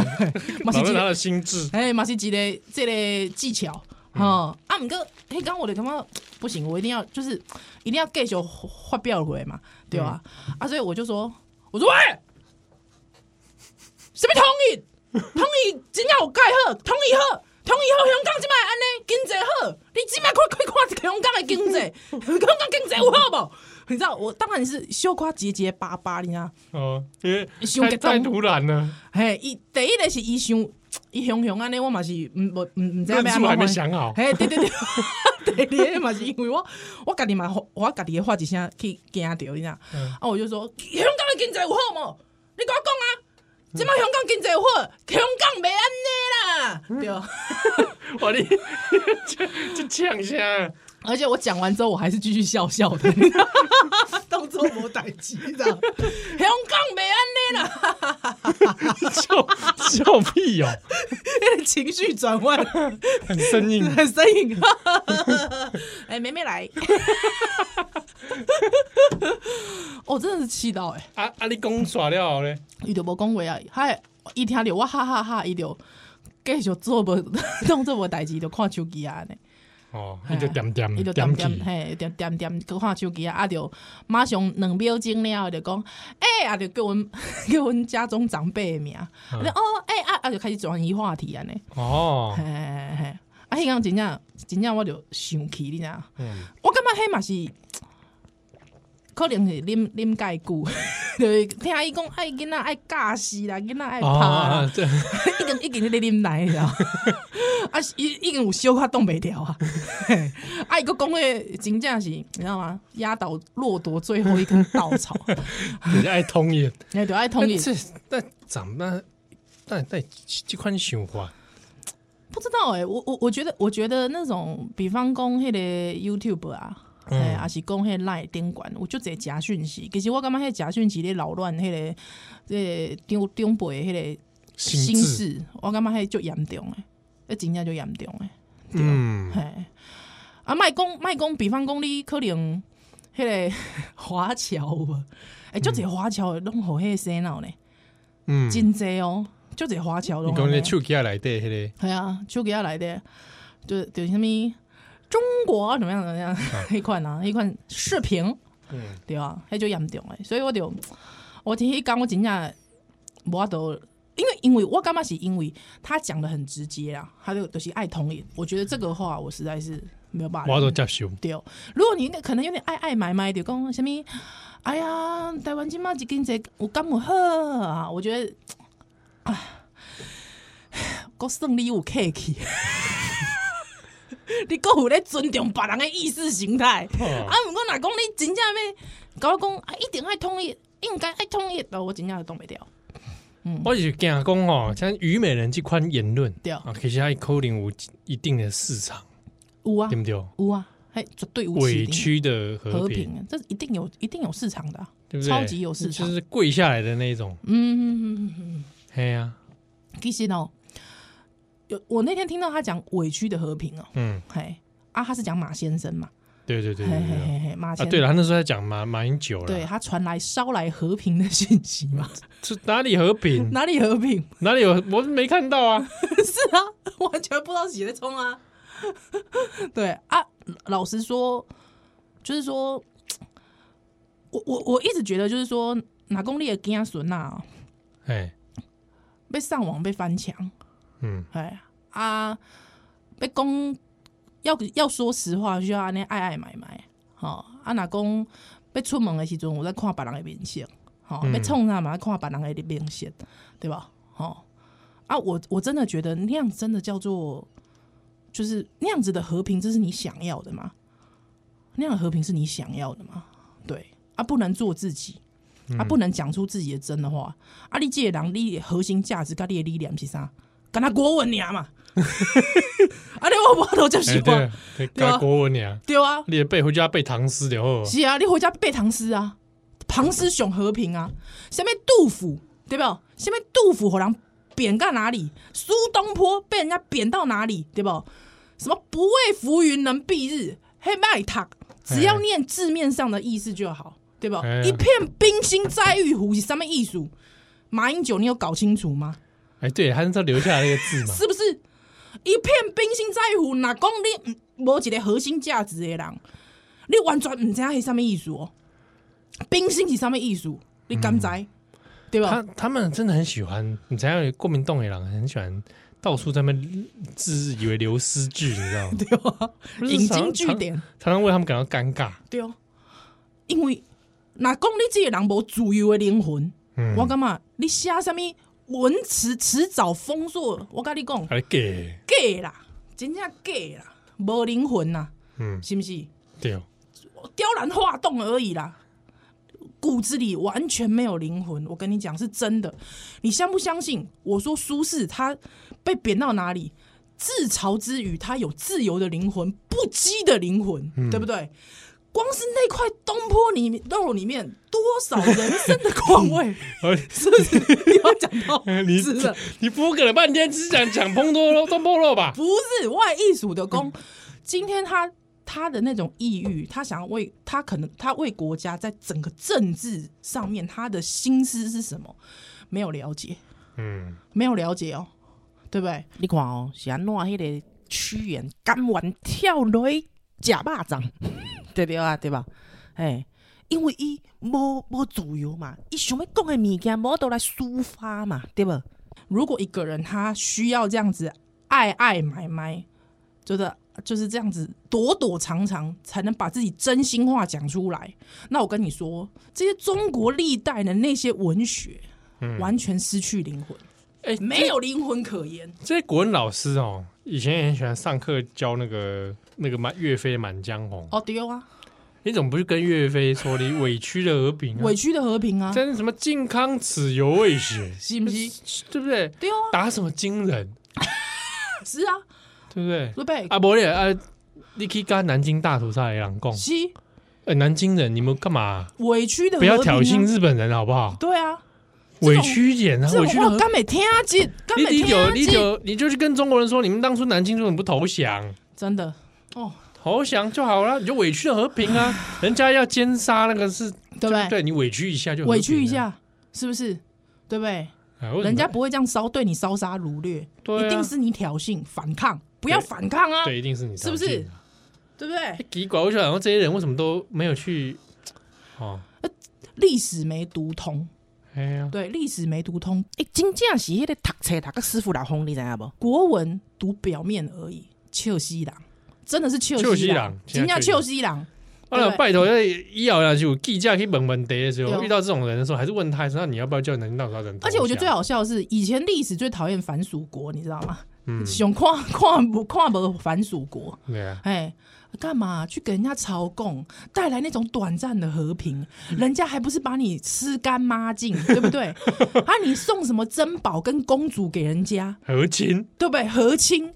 Speaker 4: 嘛是
Speaker 3: 老了他
Speaker 4: 一个，
Speaker 3: 的心智，
Speaker 4: 哎，嘛是一个这个技巧。哦，啊，毋过迄讲我就感觉不行，我一定要就是一定要继续发表回来嘛，对吧、啊，所以我就说，我说喂，什么统一，统一真正有改好，统一好，统一好，香港即摆安尼经济好，你即摆快快看一个香港的经济， 香港经济有好无？你知道我当然是小夸结结巴巴，你知道。
Speaker 3: 哦，因为
Speaker 4: 想
Speaker 3: 太
Speaker 4: 得
Speaker 3: 太
Speaker 4: 通
Speaker 3: 突然了，
Speaker 4: 嘿，伊第一个是伊想，伊想想安尼，我嘛是毋无毋毋知要
Speaker 3: 论
Speaker 4: 安怎
Speaker 3: 述还没
Speaker 4: 办。
Speaker 3: 想好，
Speaker 4: 嘿，对对对， 第二个嘛是因为我我家己嘛，我家己的话一声去惊着，你知道？
Speaker 3: 嗯
Speaker 4: 啊，我就说香港的经济有好无？你甲我讲啊，即摆香港经济有好，香港袂
Speaker 3: 嗯
Speaker 4: 安尼啦，对。哦
Speaker 3: 哇，你 这这呛一下，
Speaker 4: 而且我讲完之后，我还是继续笑笑 的，当做无代志的。香港袂安尼啦，
Speaker 3: 笑笑屁哦，
Speaker 4: 那个情绪转换。
Speaker 3: 很生硬，
Speaker 4: 很生硬。哎、梅梅来，我、真的是气到哎、
Speaker 3: 啊啊，你讲耍了嘞，
Speaker 4: 伊就无讲话啊，嗨，伊听着我哈哈哈，伊就继续做无 当做无代志，就看手机啊呢，
Speaker 3: 哦，你就点点
Speaker 4: 伊就点
Speaker 3: 点
Speaker 4: 点
Speaker 3: 起，
Speaker 4: 嘿，点点点去看手机啊，啊就马上两秒钟了，就讲哎、啊就叫阮 叫阮家中长辈的名，
Speaker 3: 嗯
Speaker 4: 就哦哎、啊啊就开始转移话题啊呢，
Speaker 3: 哦
Speaker 4: 嘿，嘿嘿，啊迄工真正真正我就生气你知影。
Speaker 3: 嗯，
Speaker 4: 我感觉迄嘛是，可能是啉啉介久， 就是听伊讲爱囡仔爱教死啦，囡仔爱拍
Speaker 3: 哦
Speaker 4: 啦，，
Speaker 3: 这
Speaker 4: 已经已经咧啉奶了， 啊已已经有小可冻袂调啊， 嘿啊伊个讲诶真正是，你知道吗？压倒骆驼最后一根稻草，
Speaker 3: 你爱通言，
Speaker 4: 你就爱同意，
Speaker 3: 这但长那但但这款想法，
Speaker 4: 不知道诶、欸我我我觉得我觉得那种比方讲迄个 YouTube 啊。
Speaker 3: 嗯
Speaker 4: 哎，还是讲迄 line 顶管，有就这假讯息。其实我感觉迄假讯息咧扰乱迄个这个长长辈迄个
Speaker 3: 心
Speaker 4: 心
Speaker 3: 智，
Speaker 4: 智，我感觉迄就严重诶，迄真正就严重诶。
Speaker 3: 嗯，
Speaker 4: 嘿，啊，卖讲卖讲，比方讲你可能迄个 华侨有无？哎，就这华侨拢互迄个洗脑咧，
Speaker 3: 嗯，你
Speaker 4: 真济哦，就这华侨拢。
Speaker 3: 讲你手机来对迄个。
Speaker 4: 系啊，手机啊来的，就就什么中国怎么样怎么样，迄、款啊，迄款视频，
Speaker 3: 嗯
Speaker 4: 对啊，迄就严重诶，所以我就我听迄讲我真正无法度，因为因为我感觉是因为他讲的很直接啦，他就就是爱同意，我觉得这个话我实在是没有办法。
Speaker 3: 我都接受。
Speaker 4: 对，如果你可能有点爱爱买买的，讲什么，哎呀，台湾金嘛一斤这有干么好啊？我觉得，哎，够胜利有客气， 你够有咧尊重别人的意识形态。
Speaker 3: 哦
Speaker 4: 啊，毋过若讲你真正要甲我讲，啊，一定爱统一，应该爱统一，哦，我真正就挡袂掉。
Speaker 3: 我是惊讲吼，像虞美人这款言论，
Speaker 4: 对
Speaker 3: 啊，其实它可能有一定的市场，
Speaker 4: 有啊
Speaker 3: 对，不对？
Speaker 4: 有啊，嘿，绝对有
Speaker 3: 委
Speaker 4: 市场
Speaker 3: 屈的和
Speaker 4: 和
Speaker 3: 平，
Speaker 4: 平，这一定有，一定有市场的啊、
Speaker 3: 对不对？
Speaker 4: 超级有市场
Speaker 3: 就是跪下来的那一种。
Speaker 4: 嗯嗯嗯嗯
Speaker 3: 哎呀，
Speaker 4: 嗯，其实哦，有我那天听到他讲委屈的和平哦，
Speaker 3: 嗯，
Speaker 4: 嘿啊，他是讲马先生嘛，
Speaker 3: 对对对
Speaker 4: 嘿
Speaker 3: 对
Speaker 4: 嘿
Speaker 3: 对
Speaker 4: 嘿嘿，马
Speaker 3: 对。
Speaker 4: 先
Speaker 3: 嗯啊，对了，他那时候在讲马马英九了，
Speaker 4: 对，他啊传来捎来和平的讯息嘛，
Speaker 3: 这哪里和 平？
Speaker 4: 哪里和平？
Speaker 3: 哪里有？我没看到啊。
Speaker 4: 是啊，完全不知道谁在冲啊。 对啊，老实说，就是说，我我我一直觉得，就是说，哪公你的囝孙啊，
Speaker 3: 哎，
Speaker 4: 被上网被翻墙，
Speaker 3: 嗯，
Speaker 4: 哎啊，被公要要说实话，需要安尼爱爱买买，吼、啊哪公被出门的时阵，我在看别人的面色，吼、
Speaker 3: 嗯
Speaker 4: 被冲啥嘛，看别人的面色，对吧？吼、啊，我我真的觉得那样真的叫做，就是那样子的和平，这是你想要的吗？那样的和平是你想要的吗？对啊，不能做自己。
Speaker 3: 嗯
Speaker 4: 啊，不能讲出自己的真的话。啊，你这个人，你的核心价值跟你的理念是啥？跟他国文 尔嘛。 啊，你我我都接受
Speaker 3: 哎对
Speaker 4: 啊，
Speaker 3: 啊，对，
Speaker 4: 对啊
Speaker 3: 该国文俩，
Speaker 4: 对啊，
Speaker 3: 你的背回家背唐诗的 哦。
Speaker 4: 是啊，你回家背唐诗啊，唐诗选和平啊，下面杜甫对不对？下面杜甫和人贬到哪里？苏东坡被人家贬到哪里？对不对？什么不畏浮云能蔽日，黑麦塔，只要念字面上的意思就好，对不
Speaker 3: 哎
Speaker 4: 对？一片冰心摘玉壶是什么意思？马英九，你有搞清楚吗？
Speaker 3: 哎，对，他那时候留下那个字嘛。
Speaker 4: 是不是？一片冰心在乎，哪讲你嗯无一个核心价值的人，你完全唔知影是啥物意思哦。冰心是啥物意思？你敢知？对
Speaker 3: 嗯他
Speaker 4: 吧？
Speaker 3: 他们真的很喜欢，你才有国民党的人很喜欢到处在那边自以为流失句，你知道吗？
Speaker 4: 对吧？
Speaker 3: 不是
Speaker 4: 引
Speaker 3: 常
Speaker 4: 经据典，
Speaker 3: 常常为他们感到尴尬。
Speaker 4: 对哦。因为哪讲你这个人无自由的灵魂，
Speaker 3: 嗯，
Speaker 4: 我感觉你写啥物文词迟早封锁，我跟你讲，
Speaker 3: 还给，
Speaker 4: 假啦，真正假啦，无灵魂啦，
Speaker 3: 嗯，
Speaker 4: 是不是？
Speaker 3: 对哦，
Speaker 4: 雕栏画栋而已啦，骨子里完全没有灵魂。我跟你讲是真的，你相不相信？我说苏轼他被贬到哪里？自嘲之余，他有自由的灵魂，不羁的灵魂，对不对？光是那块东坡里面肉里面，多少人生的况味，
Speaker 3: 而
Speaker 4: 是不是？你要讲到
Speaker 3: 你
Speaker 4: 是的，
Speaker 3: 你不可能半天只想讲蓬多肉、东坡肉 吧？
Speaker 4: 不是外艺术的功。今天他他的那种抑郁，他想要为他可能他为国家在整个政治上面他的心思是什么，没有了解，
Speaker 3: 嗯，
Speaker 4: 没有了解哦，对不对？
Speaker 5: 你看哦，是安怎迄个屈原甘愿跳落去食肉粽， 对对啊，对吧？哎，因为伊无无自由嘛，伊想要讲的物件无都来抒发嘛，对无？
Speaker 4: 如果一个人他需要这样子爱爱买买，就是就是这样子躲躲藏藏，才能把自己真心话讲出来。那我跟你说，这些中国历代的那些文学，完全失去灵魂，
Speaker 3: 哎，这
Speaker 4: 没有灵魂可言。
Speaker 3: 这些国文老师哦，以前也很喜欢上课教那个那个满岳飞《满江红》，
Speaker 4: 哦，对啊，
Speaker 3: 你怎么不去跟岳飞说你委屈的和平啊？
Speaker 4: 委屈的和平啊，
Speaker 3: 真是什么靖康耻犹未 雪，
Speaker 4: 是不是？
Speaker 3: 对不对？
Speaker 4: 对啊，
Speaker 3: 打什么惊人，
Speaker 4: 是啊，
Speaker 3: 对不对？
Speaker 4: 对不对？
Speaker 3: 啊，伯烈啊，你可以跟南京大屠杀的人讲，
Speaker 4: 是
Speaker 3: 呃，南京人，你们干嘛？
Speaker 4: 委屈的
Speaker 3: 不
Speaker 4: 和平啊，
Speaker 3: 要挑衅日本人好不好？
Speaker 4: 对啊，这
Speaker 3: 委
Speaker 4: 种
Speaker 3: 屈一点啊，
Speaker 4: 这
Speaker 3: 委
Speaker 4: 种
Speaker 3: 屈的
Speaker 4: 话
Speaker 3: 和
Speaker 4: 干没听啊进，干
Speaker 3: 你
Speaker 4: 没
Speaker 3: 你就你
Speaker 4: 听进，
Speaker 3: 就你就去跟中国人说，你们当初南京为什么不投降？
Speaker 4: 真的哦，
Speaker 3: 投降就好了，你就委屈的和平啊！人家要奸杀那个是，
Speaker 4: 对不对？
Speaker 3: 对你委屈一下就和平了
Speaker 4: 委屈一，下，是不是？对不对？
Speaker 3: 啊为什么
Speaker 4: 人家不会这样烧，对你烧杀掳掠，
Speaker 3: 对啊
Speaker 4: 一定是你挑衅反抗，不要
Speaker 3: 对
Speaker 4: 反抗啊，
Speaker 3: 对一定是你
Speaker 4: 是不是
Speaker 3: 挑衅啊？
Speaker 4: 对不对？
Speaker 3: 奇怪，我就想说这些人为什么都没有去哦？
Speaker 4: 历史没读通，
Speaker 3: 哎呀，
Speaker 4: 对，历史没读通，
Speaker 5: 伊真正是迄个读册读个师傅老风，你知影无？
Speaker 4: 国文读表面而已，笑死人，真的是丘
Speaker 3: 笑
Speaker 4: 西
Speaker 3: 死
Speaker 4: 郎
Speaker 3: 人，
Speaker 4: 真正
Speaker 3: 真的笑
Speaker 4: 丘
Speaker 3: 死
Speaker 4: 西郎，
Speaker 3: 啊，那
Speaker 4: 对
Speaker 3: 拜托，那以后要是有记者去问问题的时候，
Speaker 4: 对
Speaker 3: 遇到这种人的时候，还是问他一声，那你要不要叫人让他人投降？
Speaker 4: 而且我觉得最好笑的是，以前历史最讨厌反蜀国，你知道吗？
Speaker 3: 嗯，
Speaker 4: 想看看不看不反蜀国，
Speaker 3: 对啊，
Speaker 4: 哎，干嘛去给人家朝贡，带来那种短暂的和平？
Speaker 3: 嗯
Speaker 4: 人家还不是把你吃干抹净，对 不对？啊，你送什么珍宝跟公主给人家，
Speaker 3: 和亲，
Speaker 4: 对不对？和亲。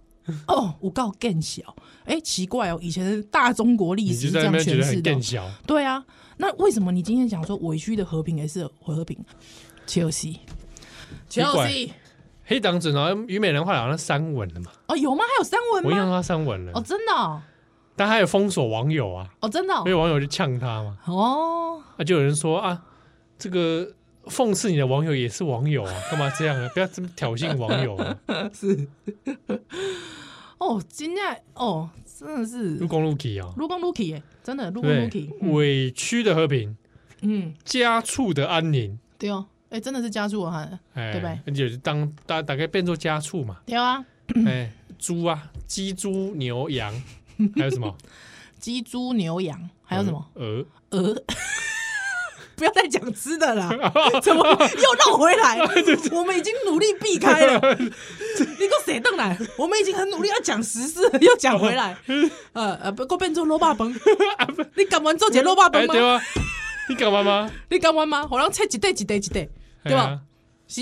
Speaker 4: 哦，我告更小，哎，奇怪哦，以前的大中国历
Speaker 3: 你
Speaker 4: 史
Speaker 3: 就是在
Speaker 4: 这
Speaker 3: 那边
Speaker 4: 样
Speaker 3: 觉
Speaker 4: 诠
Speaker 3: 得
Speaker 4: 释
Speaker 3: 很
Speaker 4: 的哦
Speaker 3: 更，小，
Speaker 4: 对啊。那为什么你今天讲说委屈的和平也是和平？切尔西，切尔西，
Speaker 3: 黑党子呢，虞美人后来好像删文了嘛，
Speaker 4: 哦，有吗？还有三文
Speaker 3: 我印啊象中
Speaker 4: 吗？
Speaker 3: 他删文了
Speaker 4: 哦，，真的哦，
Speaker 3: 但他有封锁网友啊，
Speaker 4: 哦，真的哦
Speaker 3: 所以，网友就呛他嘛，
Speaker 4: 哦，
Speaker 3: 啊，就有人说啊，这个讽刺你的网友也是网友 啊，干嘛这样啊？不要这么挑衅网友啊！
Speaker 4: 哦，今天哦，真的是
Speaker 3: 入公入体啊，
Speaker 4: 撸光撸 u 耶，真的撸光撸
Speaker 3: 对
Speaker 4: u，
Speaker 3: 委屈的和平，
Speaker 4: 嗯，
Speaker 3: 家畜的安宁，
Speaker 4: 对哦，哎，真的是家畜哈，
Speaker 3: 哎，
Speaker 4: 对吧
Speaker 3: 而且就当大大概变作家畜 嘛，
Speaker 4: 对啊，
Speaker 3: 哎，猪啊，鸡、猪、牛、 羊，还有什么？呃
Speaker 4: 鸡、猪、牛、羊，还有
Speaker 3: 嗯
Speaker 4: 什么
Speaker 3: 鹅？
Speaker 4: 鹅？不要再讲吃的啦， 怎么又绕回 来？我们已经努力避开了，你给我谁瞪来？我们已经很努力要讲实事，又讲回 来，呃呃，不够变做肉霸崩，你敢玩做节肉霸崩
Speaker 3: 啊哎，对
Speaker 4: 吗？
Speaker 3: 啊，你干嘛吗？
Speaker 4: 你敢玩吗？我让切一袋一袋一袋，
Speaker 3: 哎
Speaker 4: 对
Speaker 3: 呀
Speaker 4: 吧？是。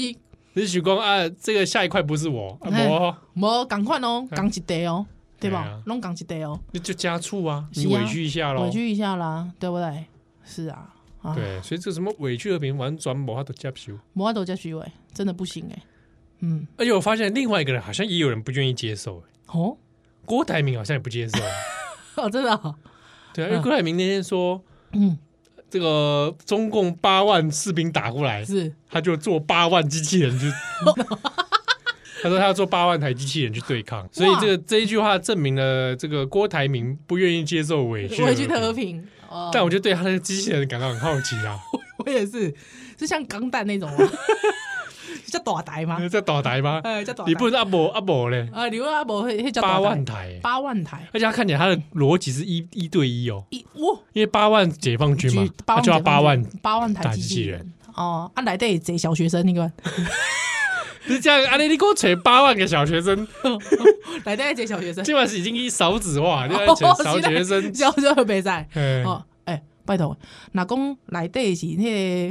Speaker 3: 你许光啊，这个下一块不是我，啊
Speaker 4: 哎
Speaker 3: 我
Speaker 4: 无共款哦，
Speaker 3: 嗯
Speaker 4: 共一地哦，对
Speaker 3: 对
Speaker 4: 吧
Speaker 3: 啊？
Speaker 4: 拢共一地哦，
Speaker 3: 那就家畜啊，
Speaker 4: 是啊
Speaker 3: 你委屈一下喽
Speaker 4: 委。屈一下啦，对不对？是啊，啊，
Speaker 3: 对，所以这什么委屈和平玩转某他都接不受。
Speaker 4: 摩都加虚伪，真的不行哎。嗯，
Speaker 3: 而且我发现另外一个人好像也有人不愿意接受，欸
Speaker 4: 哦，
Speaker 3: 郭台铭好像也不接受。
Speaker 4: 哦，真的哦，
Speaker 3: 对啊，因为
Speaker 4: 嗯
Speaker 3: 郭台铭那天说
Speaker 4: 嗯，
Speaker 3: 这个中共八万士兵打过来，
Speaker 4: 是
Speaker 3: 他就做八万机器 人去。他说他要做八万台机器人去对抗，所以这个这一句话证明了这个郭台铭不愿意接受委屈。
Speaker 4: 委屈的和。平。哦，
Speaker 3: 但我就对他的机器人感到很好奇 啊，
Speaker 4: 我也是，是像钢弹那种吗？ 叫大台吗？
Speaker 3: 在倒台吗？
Speaker 4: 啊哎，叫大台。
Speaker 3: 你不能阿伯阿伯嘞，
Speaker 4: 啊，你阿伯迄迄叫
Speaker 3: 八万台欸，
Speaker 4: 八万台
Speaker 3: 而且他看起来他的逻辑是一一对一哦，
Speaker 4: 一哇，
Speaker 3: 因为八万解放军嘛
Speaker 4: 举，
Speaker 3: 他啊就要八万，
Speaker 4: 八万台
Speaker 3: 台
Speaker 4: 机
Speaker 3: 机
Speaker 4: 器
Speaker 3: 器
Speaker 4: 人。哦，啊，来得贼小学生那个，
Speaker 3: 你这样阿啊你你给我扯八万个小学 生，
Speaker 4: 来得贼小学生。哦啊
Speaker 3: 今晚是已经一少子化，你要扯小学生，
Speaker 4: 小小就袂使。
Speaker 3: 嗯
Speaker 4: 哦，哎、拜托，若讲内底是迄、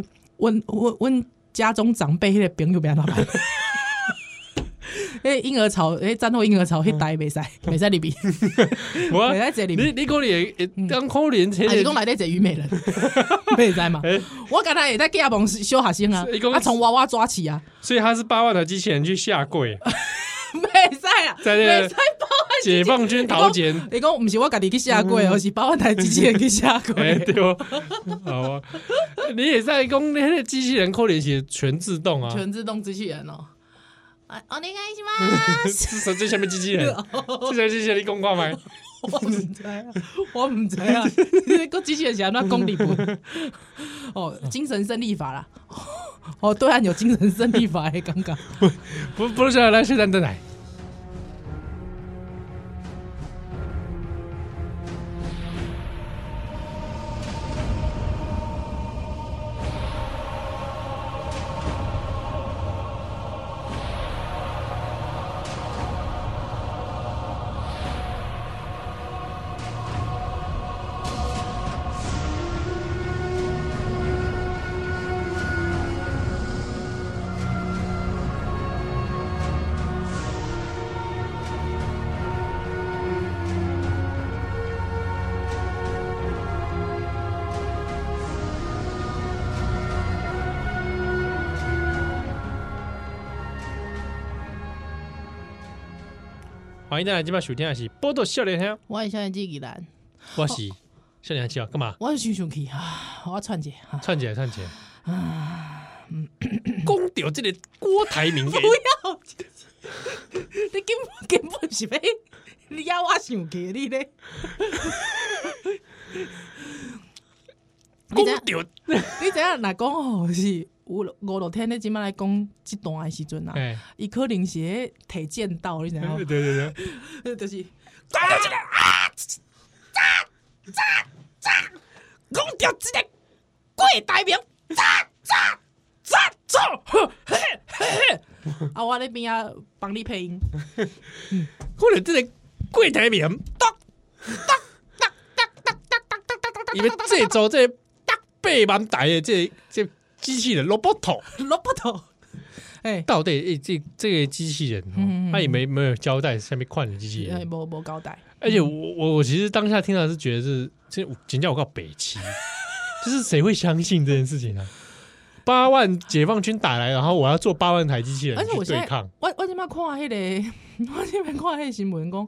Speaker 4: 个阮阮阮家中长辈迄个朋友要安怎么办？ 迄婴儿潮，迄战后婴儿潮，迄
Speaker 3: 嗯
Speaker 4: 代袂使，袂使入去，
Speaker 3: 我
Speaker 4: 袂使坐入
Speaker 3: 你
Speaker 4: 去。
Speaker 3: 你可能当可怜
Speaker 4: 还是啊讲
Speaker 3: 这
Speaker 4: 内底坐虞美人，袂使嘛
Speaker 3: 哎？
Speaker 4: 我刚才也在给阿鹏小学生啊
Speaker 3: 所以讲，
Speaker 4: 啊从娃娃抓起啊，
Speaker 3: 所以他是八万的机器人去下 跪，
Speaker 4: 袂使啊，
Speaker 3: 在那个
Speaker 4: 袂使包啊
Speaker 3: 解放军桃检，
Speaker 4: 你讲毋是我家己去下跪，而是包我台机器人去下
Speaker 3: 哎
Speaker 4: 跪。
Speaker 3: 对哦，好啊，你也在讲那个机器人可怜是全自动啊，
Speaker 4: 全自动机器人哦。啊，お願いし ます。
Speaker 3: 是什最下面机器 人，最下面机器人你讲看麦。
Speaker 4: 我唔知啊，我唔 知啊，个机器人是安怎讲日本？哦，精神胜利法啦。哦，对岸有精神胜利法的感觉。
Speaker 3: 不不是来是咱的奶。欢迎大家今晚收听的是《波多笑脸香》，
Speaker 4: 我也想起依兰，
Speaker 3: 我是笑脸香，干嘛？
Speaker 4: 我想想去啊，我串者啊，
Speaker 3: 串起来，串起来。公屌这个郭台铭的，不
Speaker 4: 你根本根本是要你要我想起你咧。你知
Speaker 3: 公
Speaker 4: 影
Speaker 3: 屌，
Speaker 4: 你知影若讲吼是五六五六天咧，即摆来讲即段的时阵啊，
Speaker 3: 哎，
Speaker 4: 伊可能是咧提剑道，你知影
Speaker 3: 对
Speaker 4: 吗？
Speaker 3: 对对，
Speaker 4: 就是。
Speaker 5: 讲着即个鬼台名，炸炸炸走！
Speaker 4: 啊，我在边啊帮你配音，
Speaker 3: 或者这个柜台名，因为这周这个八万台的这个这个机器人 robot
Speaker 4: 萝卜头，哎
Speaker 3: 到底诶这这个机器人
Speaker 4: 嗯
Speaker 3: 哦，
Speaker 4: 嗯
Speaker 3: 他也没没有交代下面款的机器
Speaker 4: 哎，嗯
Speaker 3: 人，
Speaker 4: 无无交代，
Speaker 3: 而且我我我其实当下听到是觉得是这人家我告北 齐，就是谁会相信这件事情啊？八万解放军打来，然后我要做八万台机器人
Speaker 4: 而且
Speaker 3: 去
Speaker 4: 我现
Speaker 3: 对
Speaker 4: 在
Speaker 3: 抗，
Speaker 4: 我 我今麦看迄、个，我今麦看迄新闻讲，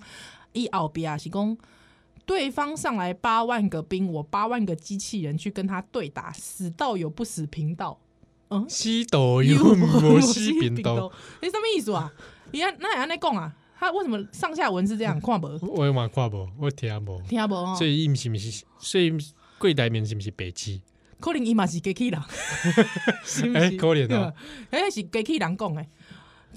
Speaker 4: 伊后壁啊是讲对方上来八万个兵，我八万个机器人去跟他对打，死道友不死贫道，
Speaker 3: 西 斗有摩西扁斗，，
Speaker 4: 你什么意思啊？伊安那安尼讲啊？他为什么上下文是这 样？看无
Speaker 3: 我嘛看无，我听无，
Speaker 4: 听无哦？
Speaker 3: 所以伊毋是毋是，所以柜台面是毋是北齐？
Speaker 4: 可能伊嘛是机器人，是 不
Speaker 3: 哎
Speaker 4: 是？
Speaker 3: 可怜哦，
Speaker 4: 哎是机器人讲的，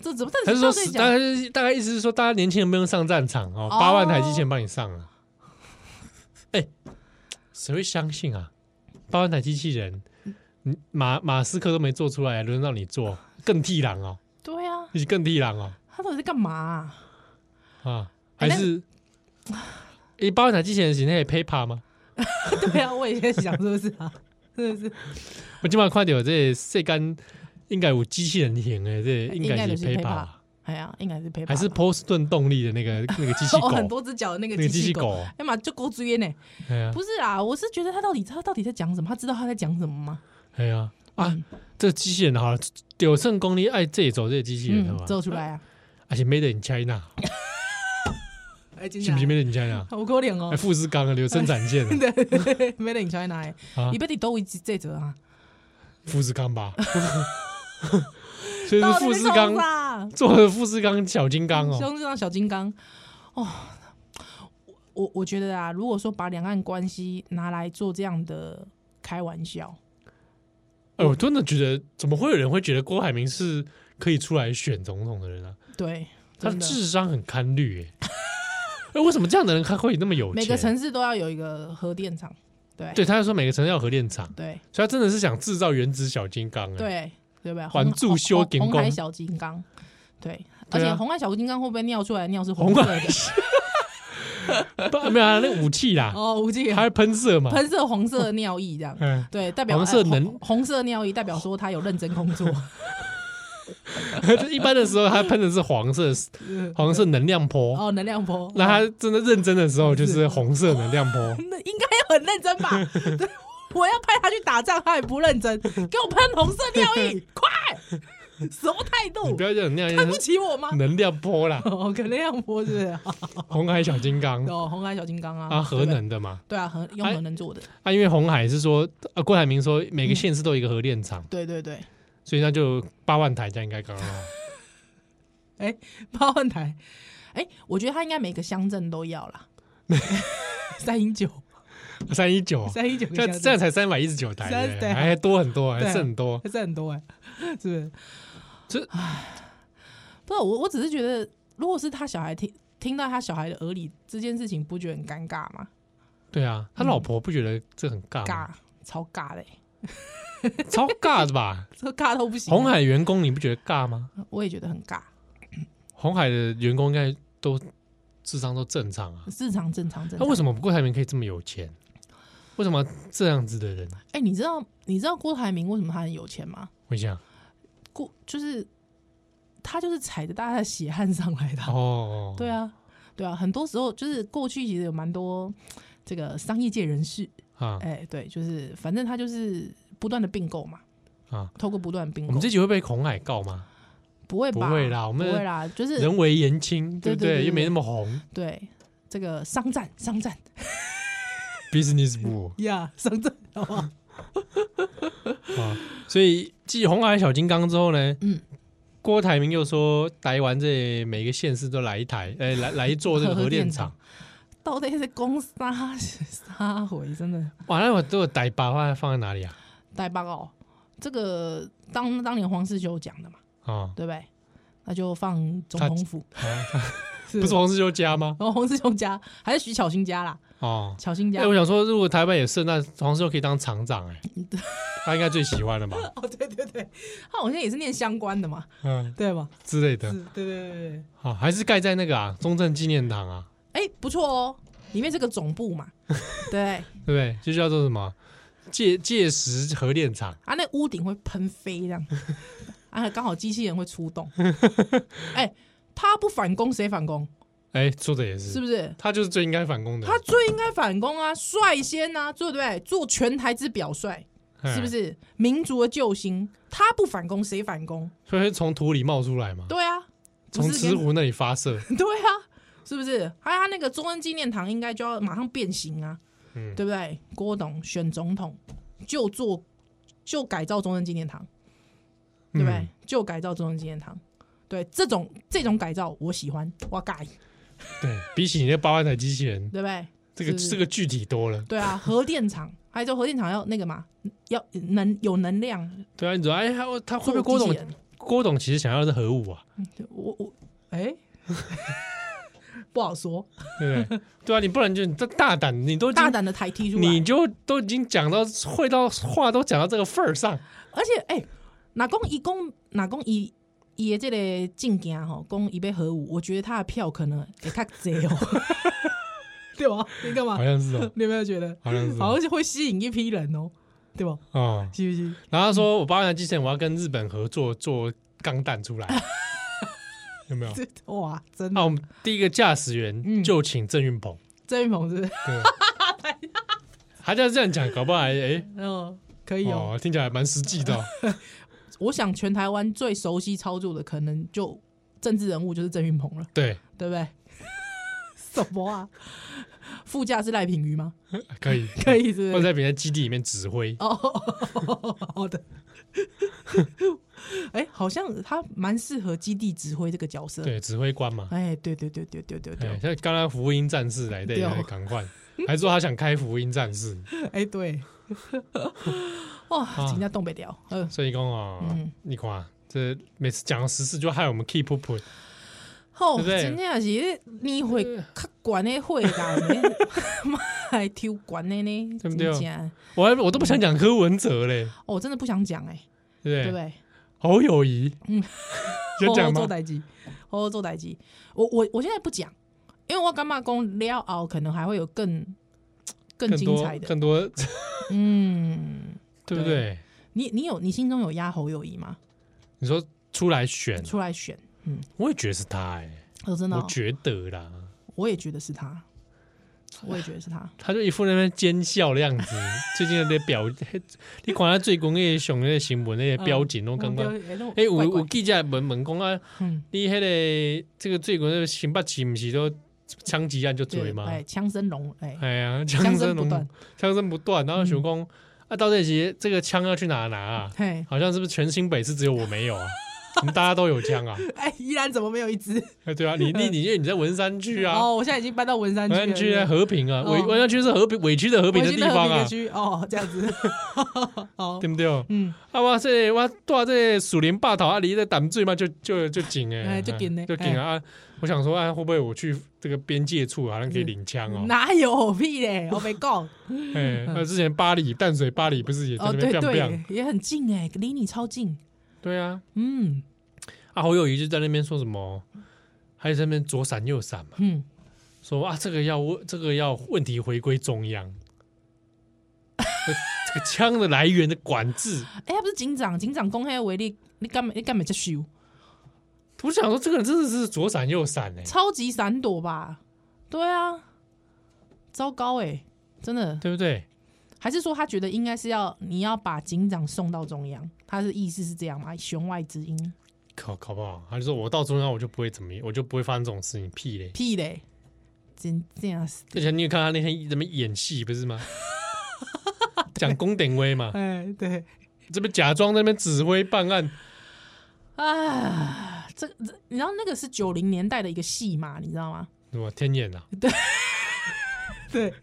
Speaker 4: 这怎么？
Speaker 3: 他
Speaker 4: 但
Speaker 3: 是说
Speaker 4: 是到底，讲
Speaker 3: 大概是大概意思是说，大家年轻人不用上战场哦，
Speaker 4: 哦
Speaker 3: 八万台机器人帮你上啊。 哎、谁会相信啊？八万台机器人，你马马斯克都没做出来，轮到你做，更替狼哦，
Speaker 4: 对啊，
Speaker 3: 你更替狼哦
Speaker 4: 他到底在干嘛啊？
Speaker 3: 啊？
Speaker 4: 哎
Speaker 3: 还是诶、八万台机器人是那个 paper 吗？
Speaker 4: 对啊，我也在想是不是啊？ 真的是
Speaker 3: 我今晚看到这个世间应该有机器人型的，这个应该
Speaker 4: 应该就是是
Speaker 3: paper，
Speaker 4: paper
Speaker 3: 吧
Speaker 4: 哎呀，应该是陪
Speaker 3: 还是波士顿动力的那个那个机器
Speaker 4: 哦
Speaker 3: 狗，
Speaker 4: 很多只脚的那个
Speaker 3: 那个
Speaker 4: 机
Speaker 3: 机
Speaker 4: 器
Speaker 3: 器
Speaker 4: 狗，
Speaker 3: 狗，
Speaker 4: 哎妈，就狗追呢？
Speaker 3: 哎呀，
Speaker 4: 不是啊，我是觉得他到底他到底在讲什么？他知道他在讲什么吗？
Speaker 3: 哎呀啊，
Speaker 4: 嗯
Speaker 3: 这机器人好了，有胜功力爱这里走这机器人的
Speaker 4: 嗯
Speaker 3: 嘛，，
Speaker 4: 做出来啊！
Speaker 3: 而且 Made in China，
Speaker 4: 哎，真
Speaker 3: 是
Speaker 4: 的
Speaker 3: 不是
Speaker 4: 啊
Speaker 3: Made in China？
Speaker 4: 好可怜哦
Speaker 3: 哎，，富士康的有生产线啊的
Speaker 4: 没得你穿哪？
Speaker 3: 啊
Speaker 4: 你，别得都为这折啊！
Speaker 3: 富士康 吧，所以
Speaker 4: 到
Speaker 3: 是
Speaker 4: 底
Speaker 3: 富士
Speaker 4: 在
Speaker 3: 康哦
Speaker 4: 冲啥
Speaker 3: 做的富士康小金刚哦，
Speaker 4: 像这样小金刚哦，我我我觉得啊，如果说把两岸关系拿来做这样的开玩笑，
Speaker 3: 哎，我真的觉得怎么会有人会觉得郭海明是可以出来选总统的人啊？
Speaker 4: 对，
Speaker 3: 他
Speaker 4: 真的
Speaker 3: 智商很堪虑哎，哎，为什么这样的人他会那么有
Speaker 4: 每个
Speaker 3: 钱？
Speaker 4: 城市都要有一个核电厂，对
Speaker 3: 对，他就说每个城市要有核电厂，
Speaker 4: 对
Speaker 3: 所以他真的是想制造原子小金刚哎。
Speaker 4: 对对不对？
Speaker 3: 还珠修金
Speaker 4: 红
Speaker 3: 光
Speaker 4: 红海小金刚，对，而
Speaker 3: 对
Speaker 4: 且
Speaker 3: 啊
Speaker 4: 红海小金刚会不会尿出来的尿是
Speaker 3: 红
Speaker 4: 红色
Speaker 3: 海
Speaker 4: 的？
Speaker 3: 不，没有啊那武器啦，
Speaker 4: 哦，无忌
Speaker 3: 它会喷射嘛？。
Speaker 4: 喷射红色的尿液这样
Speaker 3: 嗯，
Speaker 4: 对，代表
Speaker 3: 红色
Speaker 4: 哎
Speaker 3: 能
Speaker 4: 红红色尿液代表说他有认真工 作，
Speaker 3: 就一般的时候，它喷的是黄色，黄色能量波。
Speaker 4: 哦，能量波，
Speaker 3: 那它真的认真的时候，就是红色能量波。
Speaker 4: 那应该很认真吧？ 对我要派他去打仗，他也不认真，给我喷红色尿液，快！什么态
Speaker 3: 你
Speaker 4: 度
Speaker 3: 不？要讲能
Speaker 4: 看
Speaker 3: 量
Speaker 4: 不起啊我吗？
Speaker 3: 能量波啦，
Speaker 4: 哦，可能样波是不是？
Speaker 3: 红海小金刚
Speaker 4: 哦，红海小金刚啊，
Speaker 3: 啊，核
Speaker 4: 对不对
Speaker 3: 能的嘛。
Speaker 4: 对啊，核用核能做的，
Speaker 3: 啊，因为红海是说，啊，郭台铭说每个县市都有一个核电厂，
Speaker 4: 对对对。
Speaker 3: 所以那就八万台，这样应该刚刚 好。
Speaker 4: 哎， 八万台，哎，我觉得他应该每个乡镇都要啦。 三一九，
Speaker 3: 三一九，
Speaker 4: 三一九，
Speaker 3: 哦这样这样才三百一十九台，
Speaker 4: 三
Speaker 3: 对
Speaker 4: 对啊
Speaker 3: 还多很多，还
Speaker 4: 对啊
Speaker 3: 剩很多。
Speaker 4: 还是很多哎、是不是？
Speaker 3: 这
Speaker 4: 唉，不是我，我只是觉得，如果是他小孩听听到他小孩的耳里这件事情，不觉得很尴尬吗？
Speaker 3: 对啊，他
Speaker 4: 嗯
Speaker 3: 老婆不觉得这很尬
Speaker 4: 尬
Speaker 3: 吗？，
Speaker 4: 超尬嘞、
Speaker 3: 超尬的吧？
Speaker 4: 这尬到不行。啊
Speaker 3: 红，海员工你不觉得尬吗？
Speaker 4: 我也觉得很尬，
Speaker 3: 红海的员工应该都智商都正常啊，
Speaker 4: 日常正常
Speaker 3: 那
Speaker 4: 正常。
Speaker 3: 为
Speaker 4: 么？
Speaker 3: 什么郭台铭可以这么有钱？为什么这样子的人？
Speaker 4: 哎、你知道你知道郭台铭为什么他很有钱吗？
Speaker 3: 我想，
Speaker 4: 郭就是他就是踩着大家的血汗上来的啊。
Speaker 3: 哦，
Speaker 4: 对啊，对啊，很多时候就是过去其实有蛮多这个商业界人士，
Speaker 3: 啊
Speaker 4: 哎、对，就是反正他就是不断的并购嘛，
Speaker 3: 啊，
Speaker 4: 透过不断的并
Speaker 3: 我
Speaker 4: 购，
Speaker 3: 们这集会被红海告吗？
Speaker 4: 不会吧？
Speaker 3: 不会啦我们
Speaker 4: 不会啦，就是
Speaker 3: 人为言轻，
Speaker 4: 对
Speaker 3: 对不
Speaker 4: 对对
Speaker 3: 对？
Speaker 4: 对
Speaker 3: 又没那么红
Speaker 4: 对这个商战，商战
Speaker 3: ，business book
Speaker 4: 呀商 战，好不好？
Speaker 3: 啊。所以继红海小金刚之后呢，
Speaker 4: 嗯，
Speaker 3: 郭台铭又说，台湾这每个县市都来一台，哎，来来一座这个
Speaker 4: 核
Speaker 3: 核电
Speaker 4: 电
Speaker 3: 厂
Speaker 4: 厂。到底是攻杀杀回，真的
Speaker 3: 哇，那我都有台把话放在哪里啊？
Speaker 4: 带报告。这个 当当年黄世修讲的嘛，
Speaker 3: 啊，
Speaker 4: 对不对？那就放总统府，
Speaker 3: 啊
Speaker 4: 是哦
Speaker 3: 不是黄世修家吗？
Speaker 4: 然后洪志雄家还是徐巧芯家啦，
Speaker 3: 哦，
Speaker 4: 巧芯家
Speaker 3: 哎，我想说，如果台湾也是，那黄世修可以当厂长哎，他应该最喜 欢了吧？
Speaker 4: 哦，对对对，他好像也是念相关的嘛，
Speaker 3: 嗯，
Speaker 4: 对吧？
Speaker 3: 之类的
Speaker 4: 是，。对对对对对。
Speaker 3: 好，还是盖在那个啊中正纪念堂啊，
Speaker 4: 哎、不错哦，里面这个总部 嘛，对
Speaker 3: 对不对？就叫做什么界界石核电厂。
Speaker 4: 啊，那屋顶会喷飞这样， 啊，刚好机器人会 出动，哎、他不反攻谁反攻？
Speaker 3: 哎，说的也是，
Speaker 4: 是不是？
Speaker 3: 他就是最应该反攻的，
Speaker 4: 他最应该反攻啊，率先啊，对不对？做全台之表率，
Speaker 3: 哎
Speaker 4: 是不？是？民族的救星，他不反攻谁反攻？
Speaker 3: 所以会从土里冒出来嘛，
Speaker 4: 对啊，不
Speaker 3: 从
Speaker 4: 是
Speaker 3: 石湖那里发射。
Speaker 4: 跟 对啊，是不是？还有他那个中央纪念堂应该就要马上变形啊，
Speaker 3: 嗯，
Speaker 4: 对不对？郭董选总统就做就改造中正纪念堂，对不对？
Speaker 3: 嗯
Speaker 4: 就改造中正纪念堂，对这种这种改造我喜欢，我改，
Speaker 3: 对，比起你那八万台机器人，
Speaker 4: 对不对？
Speaker 3: 这个
Speaker 4: 是
Speaker 3: 这个具体多了。
Speaker 4: 对啊，核电厂，还有就核电厂要那个嘛，要能有能量，
Speaker 3: 对啊，你说哎，他他会不会郭
Speaker 4: 做机器
Speaker 3: 董
Speaker 4: 人？
Speaker 3: 郭董其实想要的是核 武啊，
Speaker 4: 我我哎。 不好说，
Speaker 3: 对不对？对啊，你不然就你这大胆，你都已经
Speaker 4: 大，胆的台踢出来。
Speaker 3: 你就都已经讲到会到话都讲到这个份儿上，
Speaker 4: 而且，哎、哪公一公哪公一伊的这个进行吼，公一被核武，我觉得他的票可能会较贼哦， 对吧？你干 嘛
Speaker 3: 好？像是哦，
Speaker 4: 你有没有觉得，
Speaker 3: 好像是
Speaker 4: 好
Speaker 3: 哦
Speaker 4: 像是会吸引一批人哦，对吧？
Speaker 3: 哦。
Speaker 4: 是不是？
Speaker 3: 然后他说我八万台机器人，我要跟日本合作做钢弹出 来，有没有？啊
Speaker 4: 这哇，真的，
Speaker 3: 那我们第一个驾驶员
Speaker 4: 嗯
Speaker 3: 就请郑云鹏，
Speaker 4: 郑云鹏是不是，
Speaker 3: 对，他就这样讲，搞不好还哎、
Speaker 4: 嗯，可以哦。
Speaker 3: 哦，听起来还蛮实际的、哦，
Speaker 4: 我想全台湾最熟悉操作的，可能就政治人物就是郑云鹏了，
Speaker 3: 对，
Speaker 4: 对不对？什么啊？ 副驾是赖品妤吗？
Speaker 3: 可以，
Speaker 4: 可以是
Speaker 3: 或者
Speaker 4: 不是？
Speaker 3: 在别人基地里面指挥，
Speaker 4: 哦， 好的。哎、好像他蛮适合基地指挥这个角色。，
Speaker 3: 对，指挥官嘛，
Speaker 4: 哎、对对对对对对对
Speaker 3: 哎，，像刚刚福音战士来的
Speaker 4: 对
Speaker 3: 也
Speaker 4: 哦
Speaker 3: 赶快，还说他想开福音战 士，
Speaker 4: 哎、对。哇，
Speaker 3: 啊
Speaker 4: 人家东北调，嗯、
Speaker 3: 所以讲哦，
Speaker 4: 嗯
Speaker 3: 你看这每次讲到时事就害我们 keep 不稳，
Speaker 4: 吼、
Speaker 3: 对不对
Speaker 4: 真正是你会较悬的会啦， 妈还抽悬的呢，
Speaker 3: 对不对
Speaker 4: 真正
Speaker 3: 我还我都不想讲柯文哲嘞，
Speaker 4: 哦，我真的不想讲哎、
Speaker 3: 对
Speaker 4: 对
Speaker 3: 不
Speaker 4: 不
Speaker 3: 对？
Speaker 4: 对？
Speaker 3: 侯友谊，嗯
Speaker 4: 嗯，
Speaker 3: 有讲
Speaker 4: 好好
Speaker 3: 吗
Speaker 4: 做？代机，好好做代机。我我我现在不讲，因为我干嘛讲了后可能还会有更更
Speaker 3: 更
Speaker 4: 精
Speaker 3: 多
Speaker 4: 彩的。
Speaker 3: 更多，
Speaker 4: 嗯，
Speaker 3: 对不对？
Speaker 4: 你你有你心中有压侯友谊吗？
Speaker 3: 你说出来选，
Speaker 4: 出来选，嗯，
Speaker 3: 我也觉得是他哎、
Speaker 4: 我真的哦、
Speaker 3: 我觉得啦，
Speaker 4: 我也觉得是他，我也觉得是他。
Speaker 3: 他就一副那边奸笑的样 子。最近那些表， 你管他最工业熊那些新闻那
Speaker 4: 嗯
Speaker 3: 些标警都刚刚。哎、
Speaker 4: 哎
Speaker 3: 有有记者问问讲啊，
Speaker 4: 嗯，
Speaker 3: 你迄、个这个最近那个新北市不是都枪击案就
Speaker 4: 对
Speaker 3: 追吗？
Speaker 4: 哎，枪声隆，哎，
Speaker 3: 哎呀，
Speaker 4: 枪
Speaker 3: 声
Speaker 4: 声不断，
Speaker 3: 枪声不断，然后想讲、啊，到底是这个枪要去哪拿啊？
Speaker 4: 嘿，
Speaker 3: 好像是不是全新北市只有我没有啊？我们大家都有枪啊？
Speaker 4: 哎，依然怎么没有一只？
Speaker 3: 哎，对啊，你你你因为你在文山区啊，
Speaker 4: 哦，我现在已经搬到文山
Speaker 3: 文山
Speaker 4: 区
Speaker 3: 区在
Speaker 4: 了。
Speaker 3: 和平啊，
Speaker 4: 哦
Speaker 3: 委文山区是和平委屈的和
Speaker 4: 和
Speaker 3: 平的地方啊，
Speaker 4: 区哦，这样子， 哦，
Speaker 3: 对不对？
Speaker 4: 嗯，
Speaker 3: 啊，我这我住这树林坝头啊，离这淡水嘛，就就就近哎，
Speaker 4: 哎就近
Speaker 3: 哎
Speaker 4: 呢
Speaker 3: 就近啊！啊我想说，啊，会不会我去这个边界处好像可以领枪哦？
Speaker 4: 哪有屁嘞？哦我没讲，
Speaker 3: 哎，那之前巴黎淡水巴黎不 是也在
Speaker 4: 嗯哦，
Speaker 3: 那
Speaker 4: 对
Speaker 3: 边漂
Speaker 4: 对
Speaker 3: 亮？，
Speaker 4: 也很近哎，离你超近，
Speaker 3: 对啊，
Speaker 4: 嗯
Speaker 3: 啊，侯友谊就在那边说什么，还在那边左闪右闪嘛，
Speaker 4: 嗯，
Speaker 3: 说啊，这个要问，这个要问题回归中央，这这个枪的来源的管制。
Speaker 4: 哎，他不是警长，警长公开威力，你干嘛？你干嘛在修？
Speaker 3: 我想说，这个人真的是左闪右闪哎、
Speaker 4: 超级闪躲吧？对啊，糟糕哎、真的，
Speaker 3: 对不对？
Speaker 4: 还是说他觉得应该是要你要把警长送到中央，他的意思是这样吗？弦外之音，
Speaker 3: 考考不好，他就说我到中央我就不会怎么，我就不会发生这种事情，屁嘞！
Speaker 4: 屁嘞，真这样是，
Speaker 3: 而且你有看他那天在那边演戏不是 吗？讲宫典威嘛，
Speaker 4: 哎，对，
Speaker 3: 这边假装在那边指挥办案，
Speaker 4: 啊，这这，你知道那个是九零年代的一个戏嘛，你知道吗？
Speaker 3: 什么天眼啊，
Speaker 4: 对，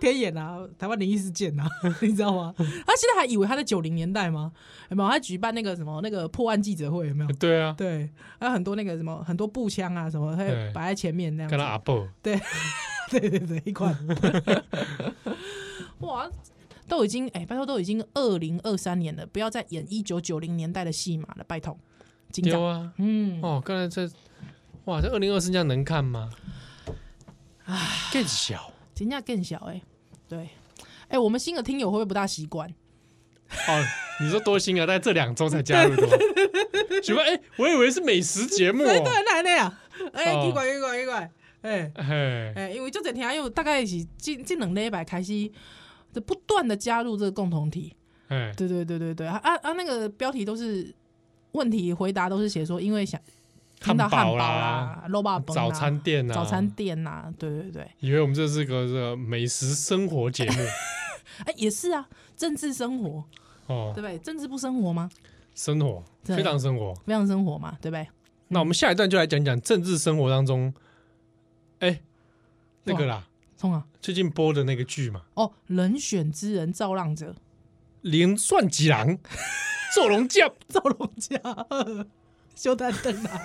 Speaker 4: 天眼啊，台湾灵异事件啊，你知道吗？他现在还以为他在九零年代吗？有没有？他举办那个什么那个破案记者会有没有？
Speaker 3: 对啊，
Speaker 4: 对，还有很多那个什么很多步枪啊什么，还
Speaker 3: 对
Speaker 4: 摆在前面那样
Speaker 3: 跟他
Speaker 4: 子。
Speaker 3: 阿伯，
Speaker 4: 对， 对对对，一款。 哇，都已经哎、拜托，都已经二零二三年了，不要再演一九九零年代的戏码了，拜托。警
Speaker 3: 对
Speaker 4: 长，
Speaker 3: 啊，
Speaker 4: 嗯，
Speaker 3: 哦，刚才这，哇，这二零二四这样能看吗？更小
Speaker 4: 评价更小哎、对，哎、我们新的听友会不会不大习惯？
Speaker 3: 哦，你说多新啊？但这两周才加入 的吗，奇怪，哎，我以为是美食节目哦，
Speaker 4: 对对，那那啊，哎、
Speaker 3: 哦
Speaker 4: 奇怪奇怪奇怪，哎、
Speaker 3: 嘿，
Speaker 4: 哎、因为就整天又大概是近近两礼拜开始，就不断的加入这个共同体，
Speaker 3: 哎，
Speaker 4: 对对对对对，啊啊，那个标题都是问题回答都是写说，因为想听到汉堡
Speaker 3: 啦，
Speaker 4: 啦、肉霸崩啦
Speaker 3: 早餐、店啊，
Speaker 4: 早餐店呐、对对对，
Speaker 3: 以为我们这是个这个美食生活节 目
Speaker 4: 哎、也是啊，政治生活对
Speaker 3: 哦
Speaker 4: 不，对？政治不生活吗？
Speaker 3: 生活
Speaker 4: 对嗯
Speaker 3: 非常生活。
Speaker 4: 非常生活嘛，对不对？
Speaker 3: 那我们下一段就来讲讲政治生活当中，哎，那个啦，
Speaker 4: 冲啊！
Speaker 3: 最近播的那个剧嘛，
Speaker 4: 哦，人选之人造浪者，
Speaker 3: 《连算几郎》《做龙将》
Speaker 4: 赵龙家，修丹灯啊，